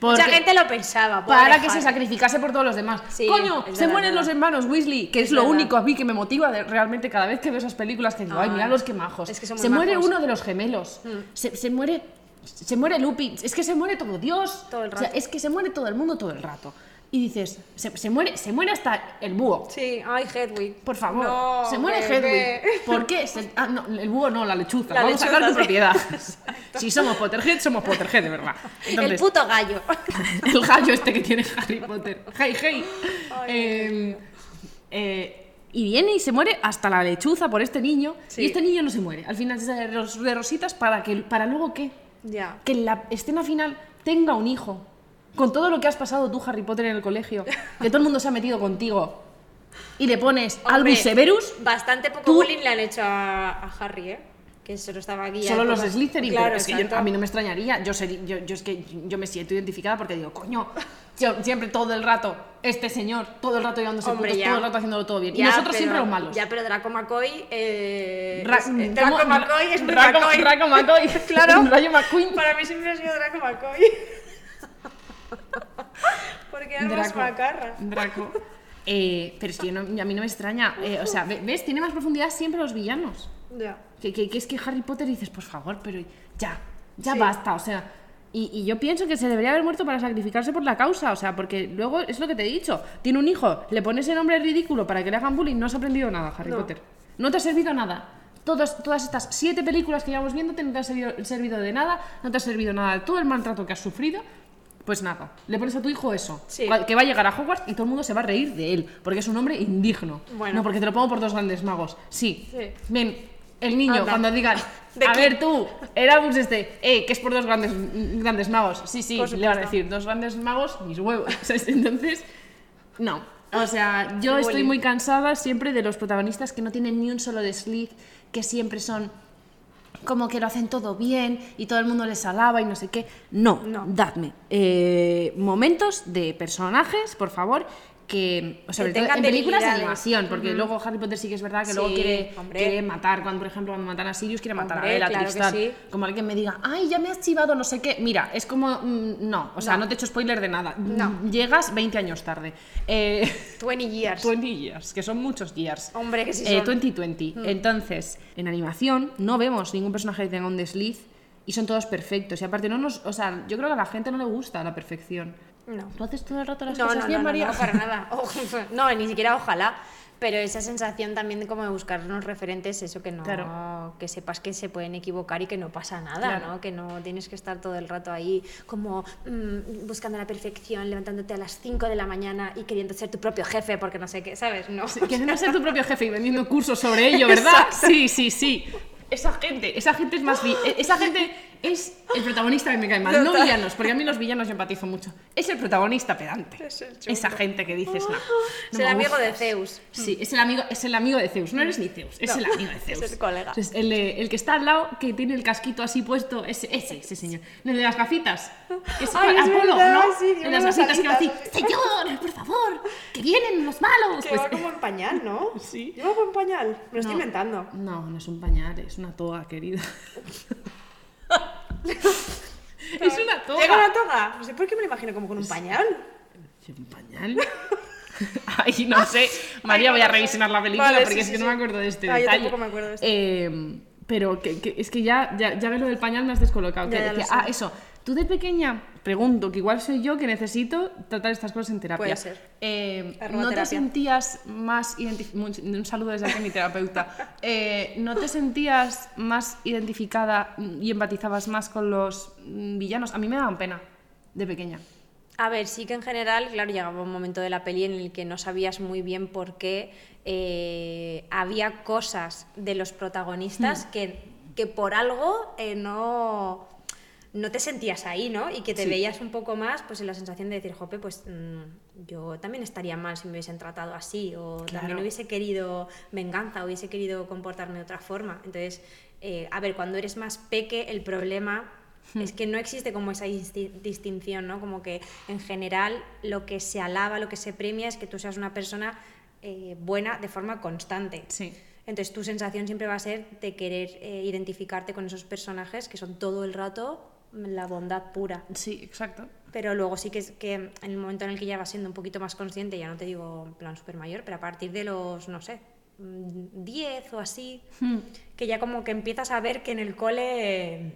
Mucha Porque- gente lo pensaba. pobre para que se Harry. sacrificase por todos los demás. Sí, Coño, es se verdad, mueren verdad. los hermanos Weasley, que es, Es lo verdad. único a mí que me motiva de- realmente cada vez que veo esas películas que digo, ay, mira los que majos. Ah, es que son muy se muere majos. Mm. uno de los gemelos. Se, se muere se muere Lupin, es que se muere todo Dios. Todo el O sea, rato. es que se muere todo el mundo todo el rato. Y dices, se, se muere, se muere hasta el búho. Sí, ay, Hedwig. Por favor, No, se muere bebé. Hedwig. ¿Por qué? Se- ah, no, el búho no, la lechuza. La Vamos a lechuza, sacar tu sí. propiedad. Si somos Potterhead, somos Potterhead, de verdad. el Entonces, puto gallo. el gallo este que tiene Harry Potter. ¡Hey, hey! Eh, eh, y viene y se muere hasta la lechuza por este niño. Sí. Y este niño no se muere. Al final se de, ros- de rositas para, que, para luego qué? ya. Que en la escena final tenga un hijo. Con todo lo que has pasado tú, Harry Potter, en el colegio. Que todo el mundo se ha metido contigo. Y le pones Hombre, Albus Severus. Bastante poco Tú- bullying le han hecho a, a Harry, ¿eh? Que solo estaba aquí. Solo ahí los con- de Slytherin, Claro, pero es que yo- exacto. a mí no me extrañaría. Yo, sería- yo, yo es que yo me siento identificada porque digo, coño, Sie- Siempre, todo el rato, este señor, todo el rato llevándose Hombre, putos, ya. todo el rato haciéndolo todo bien. y Ya, nosotros pero- siempre los malos. Ya, pero Draco McCoy. Eh, Ra- es- eh, ¿cómo? Draco McCoy es muy Draco- McCoy. Draco McCoy. claro. Rayo McQueen. Para mí siempre ha sido Draco McCoy. Porque armas Draco. macarra. Draco. Eh, pero es que yo no- a mí no me extraña. Eh, o sea, ve- ¿ves? Tiene más profundidad siempre los villanos. Ya. Que, que- que es que Harry Potter dices, por favor, pero ya, ya Sí. basta, o sea. Y, y yo pienso que se debería haber muerto para sacrificarse por la causa, o sea, porque luego es lo que te he dicho, tiene un hijo, le pones el nombre ridículo para que le hagan bullying, no has aprendido nada, Harry Potter. No te ha servido nada. Todas, todas estas siete películas que llevamos viendo te no te han servido, servido de nada, no te ha servido nada de todo el maltrato que has sufrido. Pues nada, le pones a tu hijo eso, Sí. cua- que va a llegar a Hogwarts y todo el mundo se va a reír de él, porque es un hombre indigno. Bueno. No, porque te lo pongo por dos grandes magos. Sí. Sí. Bien, el niño, Anda. cuando digan, ¿De a qué? ver tú, Erasmus este, eh, que es por dos grandes, grandes magos. Sí, sí, Por le van a supuesto. decir, dos grandes magos, mis huevos. ¿sabes? Entonces, no. O sea, yo estoy bullying. muy cansada siempre de los protagonistas que no tienen ni un solo desliz, que siempre son como que lo hacen todo bien y todo el mundo les alaba y no sé qué. No, No. dadme eh, momentos de personajes, por favor, que, o sea, sobre Que todo tengan en películas de debilidades. animación, porque luego Harry Potter sí que es verdad que Sí, luego quiere, hombre. quiere matar, cuando por ejemplo cuando matan a Sirius quiere matar Hombre, a Bella claro que sí. Como alguien me diga, ay, ya me has chivado, no sé qué. Mira, es como, mm, no, o sea, no, te echo spoiler de nada. Mm, No. Llegas 20 años tarde. Eh, 20 years. 20 years, que son muchos years. Hombre, que sí Eh, son. Mm. 2020. Entonces, en animación no vemos ningún personaje que tenga un desliz y son todos perfectos. Y aparte, no nos. O sea, yo creo que a la gente no le gusta la perfección. No. ¿Tú haces todo el rato las No, cosas no, bien, no, María? no, no, para nada. O- no, ni siquiera ojalá. Pero esa sensación también de como de buscar unos referentes, eso que no, Claro. que sepas que se pueden equivocar y que no pasa nada, Claro. ¿no? Que no tienes que estar todo el rato ahí como mm, buscando la perfección, levantándote a las 5 de la mañana y queriendo ser tu propio jefe, porque no sé qué, ¿sabes? No. Queriendo ser tu propio jefe y vendiendo cursos sobre ello, ¿verdad? Sí, sí, sí. Esa gente, esa gente es más. vi- e- Esa gente es el protagonista que me cae mal. No villanos, porque a mí los villanos yo empatizo mucho. Es el protagonista pedante. Es el chungo. Oh, Esa gente que dices, no. no es me el amigo de gustas. Zeus. Sí, es el amigo, es el amigo de Zeus. No eres ni Zeus, es No, el amigo de es Zeus. el colega. Es el, de- el que está al lado, que tiene el casquito así puesto, ese, ese, ese señor. El de las gafitas. Es Ay, es Apolo, verdad, ¿no? sí, el tiene de las unas gafitas que va así. alitas, Señor, por favor, que vienen los malos. Que Pues- va como en pañal, ¿no? Sí. Lleva como en pañal. Me lo estoy No. inventando. No, no es un pañal, es una toga, querida. es una toga. Llega una toga. No sé por qué me lo imagino como con un pañal. ¿Es un pañal? Ay, no sé. María, voy a revisionar la película Vale, porque sí, es sí, que no sí. me acuerdo de este Ah, yo detalle. tampoco me acuerdo de este. Eh, pero que, que- es que ya, ya, ya ves lo del pañal me has descolocado. Ya, que ya lo decía, sé. ah, eso. Tú de pequeña, pregunto, que igual soy yo que necesito tratar estas cosas en terapia. Puede ser. Eh, Arroba ¿No te terapia. sentías más identificada? Un saludo desde aquí, mi terapeuta. Eh, ¿No te sentías más identificada y empatizabas más con los mm, villanos? A mí me daban pena de pequeña. A ver, sí que en general, claro, llegaba un momento de la peli en el que no sabías muy bien por qué eh, había cosas de los Hmm. protagonistas que, que por algo eh, no, no te sentías ahí, ¿no? Y que te Sí. veías un poco más pues en la sensación de decir, jope, pues mm, yo también estaría mal si me hubiesen tratado así o también Claro. hubiese querido venganza, hubiese querido comportarme de otra forma. Entonces, eh, a ver, cuando eres más peque, el problema es que no existe como esa disti- distinción, ¿no? Como que en general lo que se alaba, lo que se premia es que tú seas una persona eh, buena de forma constante. Sí. Entonces tu sensación siempre va a ser de querer eh, identificarte con esos personajes que son todo el rato la bondad pura. Sí, exacto. Pero luego sí que es que en el momento en el que ya vas siendo un poquito más consciente, ya no te digo en plan super mayor, pero a partir de los, no sé, mm, 10 o así, que ya como que empiezas a ver que en el cole eh,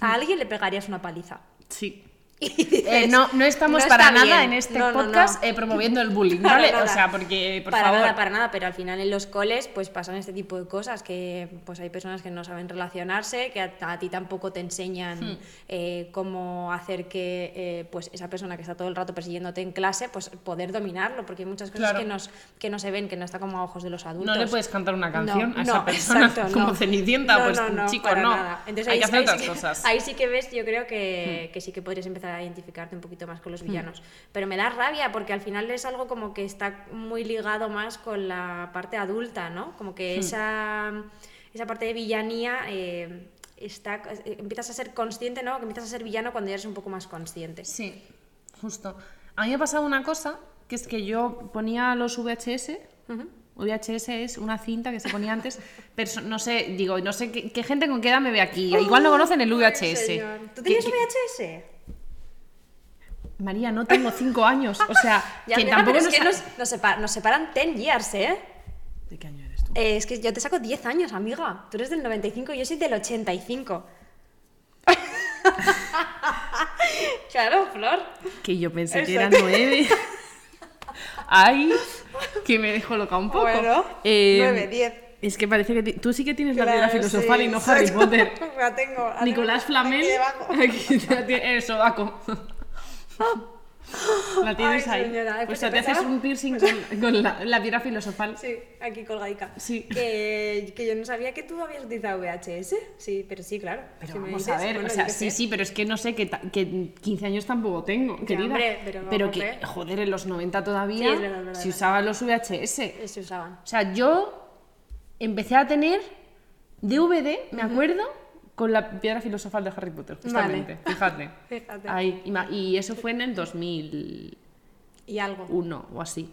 a alguien le pegarías una paliza. Sí. Y dices, Eh, no, no estamos "No para está nada bien". en este No, no, no. podcast eh, promoviendo el bullying, Para ¿vale? nada. O sea, porque, por para favor. nada, para nada, pero al final en los coles pues pasan este tipo de cosas que pues hay personas que no saben relacionarse, que a, a ti tampoco te enseñan Hmm. eh, cómo hacer que eh, pues esa persona que está todo el rato persiguiéndote en clase pues poder dominarlo, porque hay muchas cosas Claro. que, nos, que no se ven, que no está como a ojos de los adultos. No le puedes cantar una No, canción a no, esa persona exacto, como no. Cenicienta, No, pues no, no, chico, para no. nada. Entonces, Hay ahí- que hacer ahí sí otras que- cosas. Hmm. Ahí sí que ves, yo creo que, que sí que podrías empezar a identificarte un poquito más con los villanos. Pero me da rabia porque al final es algo como que está muy ligado más con la parte adulta, ¿no? Como Hmm. que esa, esa parte de villanía... eh, Está, eh, empiezas a ser consciente, ¿no? Que empiezas a ser villano cuando ya eres un poco más consciente. Sí, justo. A mí me ha pasado una cosa, que es que yo ponía los VHS. VHS es una cinta que se ponía antes. perso- no sé, digo, no sé qué, qué gente con qué edad me ve aquí. Igual no conocen el VHS. Que- ¿Tú tenías que- VHS? María, no tengo cinco años. O sea, Ya, que nena, tampoco pero es que nos- nos, nos sepa- nos separan 10 years, ¿eh? ¿De qué año eres tú? Eh, Es que yo te saco 10 años, amiga. Tú eres del 95 y yo soy del 85. claro, Flor. Que yo pensé que era nueve. Ay, que me dejó loca un poco. Bueno, Eh, nueve, diez. Es que parece que ti- tú sí que tienes la piedra Claro, filosofal sí, y no exacto. Harry Potter. La tengo. la tengo Nicolás aquí Flamel. debajo. Aquí la tiene- el sobaco. La tienes Ay, ahí. señora, o pues sea, te empezaba. haces un piercing con, con la, la piedra filosofal. Sí, aquí colgadica. Sí. Que, que yo no sabía que tú habías utilizado VHS. Sí, pero sí, claro. Pero Si me vamos dices, a ver, bueno, o yo sea, qué sí, sé. sí, pero es que no sé, que, ta- que 15 años tampoco tengo, querida. hombre, pero que, joder. joder, en los 90 Sí, todavía es verdad, es verdad, se es usaban los VHS. Eh, Se usaban. O sea, yo empecé a tener DVD, me acuerdo, con la piedra filosofal de Harry Potter, justamente. Fíjate. Fíjate. Ahí, y, ma- y eso fue en el 2001 Y algo. o así.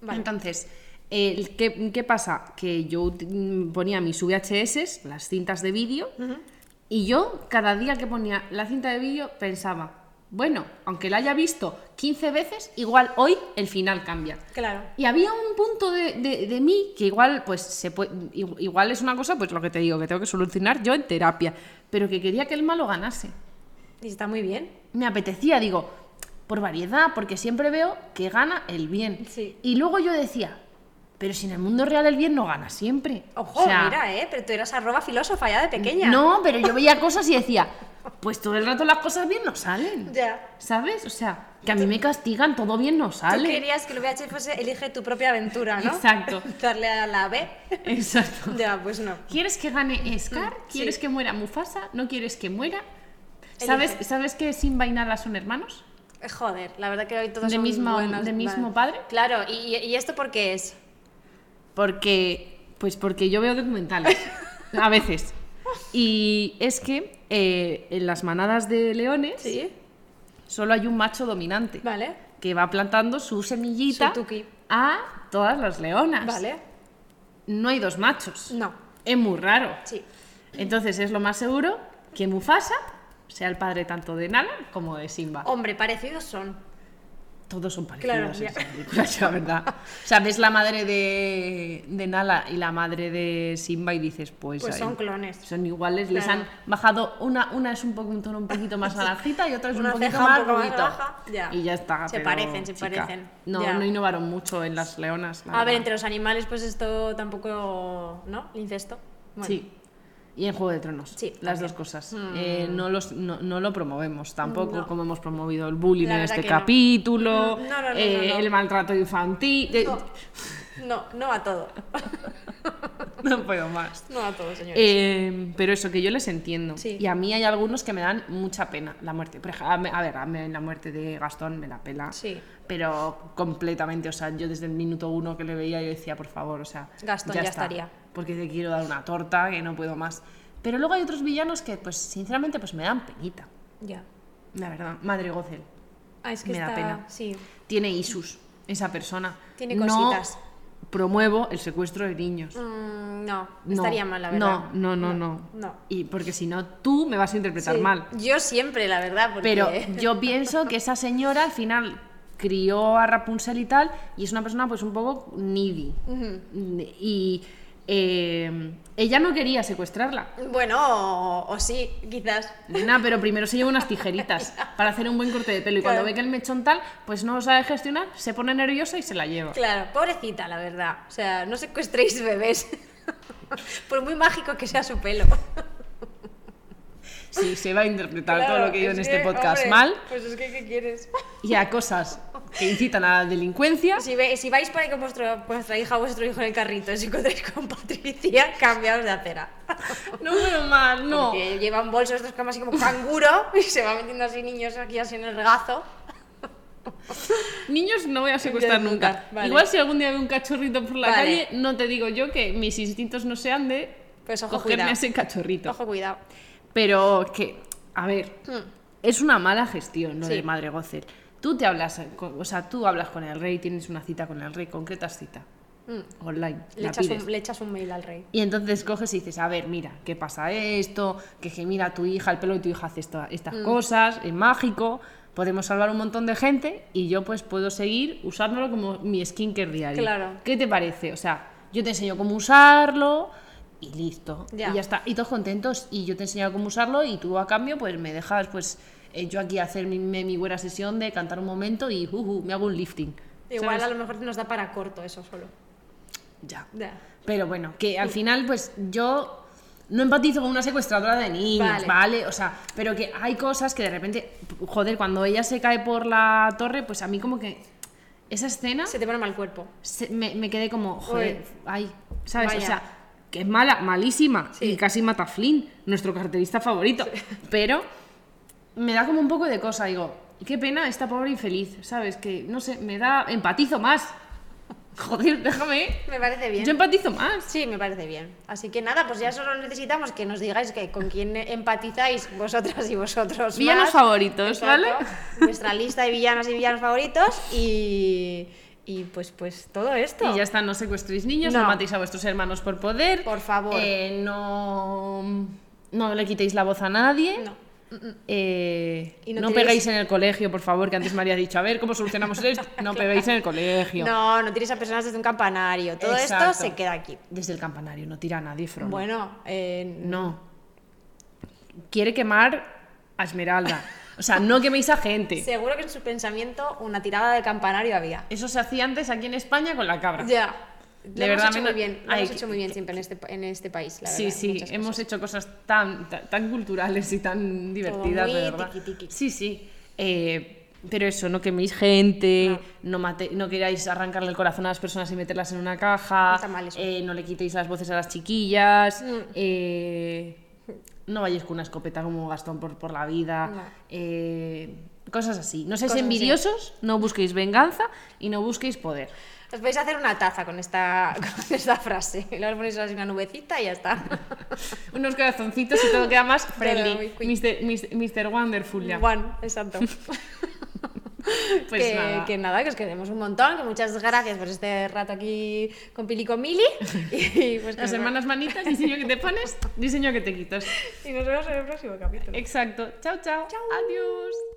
Vale. Entonces, eh, ¿qué, qué pasa? Que yo ut- mm, ponía mis VHS, las cintas de vídeo, y yo cada día que ponía la cinta de vídeo pensaba, bueno, aunque la haya visto 15 veces, igual hoy el final cambia. Claro. Y había un punto de, de- de mí que igual, pues, se puede, igual es una cosa, pues lo que te digo, que tengo que solucionar yo en terapia, pero que quería que el malo ganase. Y está muy bien. Me apetecía, digo, por variedad, porque siempre veo que gana el bien. Sí. Y luego yo decía, pero si en el mundo real el bien no gana siempre. Ojo, O sea, mira, ¿eh? Pero tú eras arroba filósofa ya de pequeña. No, pero yo veía cosas y decía, pues todo el rato las cosas bien no salen. Ya. ¿Sabes? O sea, que a mí me castigan, todo bien no Tú sale. querías que el VHS fuese elige tu propia aventura, ¿no? Exacto. Darle a la B. Exacto. Ya, pues no. ¿Quieres que gane Scar? Mm, ¿Quieres sí. que muera Mufasa? ¿No quieres que muera? ¿Sabes, ¿sabes que Simba y Nala son hermanos? Eh, Joder, la verdad que hoy todos De son misma- buenos, de mismo vale. padre. Claro, ¿y, y esto por qué es? Porque, pues porque yo veo documentales, a veces. Y es que eh, en las manadas de leones solo hay un macho dominante Vale. que va plantando su semillita Su tuqui. a todas las leonas. Vale. No hay dos machos. No. Es muy raro. Sí. Entonces es lo más seguro que Mufasa sea el padre tanto de Nala como de Simba. Hombre, parecidos son. Todos son parecidos Claro, en ya. esa película, la verdad. O sea, ves la madre de, de Nala y la madre de Simba y dices, pues... Pues ay, son clones. Son iguales, les Claro. han bajado... Una, una es un poco un tono un poquito más naranjita y otra es Una un poquito ceja un más poco más rubito. baja, ya. Y ya está. Se pero, parecen, se chica, parecen, No, ya. no innovaron mucho en las leonas. la A ver, verdad. entre los animales, pues esto tampoco. ¿No? El incesto. Bueno. Sí. Y en Juego de Tronos. Sí, las también. Hmm. dos cosas. Eh, no, los, no, no lo promovemos tampoco, No. como hemos promovido el bullying La en verdad este que no. capítulo, No, no, no, no, eh, no. el maltrato infantil. eh, No. No, no a todo. No puedo más. No a todo, señores. Eh, pero eso, que yo les entiendo. Sí. Y a mí hay algunos que me dan mucha pena la muerte. Por ej- a me- a ver, a mí la muerte de Gastón me la pela. Sí. Pero completamente, o sea, yo desde el minuto uno que le veía yo decía, por favor, o sea, Gastón ya está, estaría. Porque te quiero dar una torta, que no puedo más. Pero luego hay otros villanos que, pues, sinceramente, pues me dan penita. Ya. La verdad, Madre Gothel. Ah, es que Me da está. pena. Sí. Tiene isus, esa persona. Tiene No cositas. promuevo el secuestro de niños. Mm, no, No, estaría mal, la verdad. No, no, no, no. no. Y porque si no, tú me vas a interpretar Sí. mal. Yo siempre, la verdad, porque. Pero yo pienso que esa señora al final crió a Rapunzel y tal, y es una persona pues un poco needy. Y eh, ella no quería secuestrarla. Bueno, o, o sí, quizás. Nena, pero primero se lleva unas tijeritas para hacer un buen corte de pelo. Y cuando Claro. ve que el mechón tal, pues no lo sabe gestionar, se pone nerviosa y se la lleva. Claro, pobrecita, la verdad. O sea, no secuestréis bebés. Por muy mágico que sea su pelo. Sí, se va a interpretar todo Claro, lo que digo en es este que, podcast hombre, mal. Pues es que, ¿qué quieres? Y a cosas que incitan a la delincuencia. Si, ve- si vais por ahí con vuestro- vuestra hija o vuestro hijo en el carrito y os encontráis con Patricia, cambiaos de acera. No, pero mal, no. Porque llevan bolsos estos como así como canguro y se va metiendo así niños aquí así en el regazo. Niños no voy a secuestrar Ya, nunca. nunca, vale. Igual si algún día veo un cachorrito por la Vale. calle, no te digo yo que mis instintos no sean de Pues ojo, cogerme cuidado. a ese cachorrito. Ojo, cuidado. Pero que, a ver, es una mala gestión lo Sí. de Madre Gocer. Tú te hablas, con- o sea, tú hablas con el rey, tienes una cita con el rey, concretas cita, Mm. online. Le la echas, pides. un, le echas un mail al rey. Y entonces coges y dices, a ver, mira, ¿qué pasa esto? Que, que mira, tu hija, el pelo de tu hija hace esta- estas Mm. cosas, es mágico, podemos salvar un montón de gente y yo pues puedo seguir usándolo como mi skincare diario. Claro. ¿Qué te parece? O sea, yo te enseño cómo usarlo y listo. Ya. Y ya está. Y todos contentos y yo te enseño cómo usarlo y tú a cambio pues me dejas pues eh, yo aquí hacer mi, mi buena sesión de cantar un momento y uh, uh, me hago un lifting. Igual ¿sabes? a lo mejor nos da para corto eso solo. Ya. Ya. Pero bueno, que al final, pues yo no empatizo con una secuestradora de niños, Vale. ¿vale? O sea, pero que hay cosas que de repente, joder, cuando ella se cae por la torre, pues a mí como que esa escena Se te pone mal cuerpo. se- me, me quedé como, joder, Uy. ay, ¿sabes? Vaya. O sea, que es mala, malísima, y casi mata a Flynn, nuestro carterista favorito, pero me da como un poco de cosa, digo, qué pena esta pobre infeliz, ¿sabes? Que, no sé, me da, empatizo más. Joder, déjame. Me parece bien. Yo empatizo más. Sí, me parece bien. Así que nada, pues ya solo necesitamos que nos digáis que con quién empatizáis vosotras y vosotros. Villanos más. favoritos, Exacto. ¿vale? Nuestra lista de villanos y villanos favoritos y, y pues, pues todo esto. Y ya está, no secuestréis niños, No. no, matéis a vuestros hermanos por poder. Por favor. Eh, no, no le quitéis la voz a nadie. No. Eh, Y no no tiréis- pegáis en el colegio, por favor, que antes María ha dicho, a ver, ¿cómo solucionamos esto? No pegáis en el colegio. No, no tires a personas desde un campanario. Todo Exacto. esto se queda aquí. Desde el campanario, no tira a nadie, Frodo. Bueno, eh, No. Quiere quemar a Esmeralda. O sea, no queméis a gente. seguro que en su pensamiento una tirada de campanario había. Eso se hacía antes aquí en España con la cabra. Ya. Lo De hemos verdad, hecho me- muy bien, lo Ay, hemos hecho muy bien siempre en este, en este país, la Sí, verdad, sí, muchas hemos cosas. hecho cosas tan, tan, tan culturales y tan divertidas, muy de verdad. tiqui, tiqui. Sí, sí. Eh, pero eso, no queméis gente, no, mate- no queráis arrancarle el corazón a las personas y meterlas en una caja, Está mal eso. eh, no le quitéis las voces a las chiquillas, eh, no vayáis con una escopeta como Gastón por, por la vida, No. eh, cosas así. No seáis Cosas así. envidiosos, no busquéis venganza y no busquéis poder. Os vais a hacer una taza con esta, con esta frase. Le ponéis así una nubecita y ya está. Unos corazoncitos y todo queda más muy friendly. quick. Mr. Mr. Mr. Wonderful ya. Juan, exacto. Pues que, nada. que nada, que os queremos un montón, que muchas gracias por este rato aquí con Pili y con Mili. Y, pues que Las nos- hermanas manitas, diseño que te pones, diseño que te quitas. y nos vemos en el próximo capítulo. Exacto. Chao, chao. Adiós.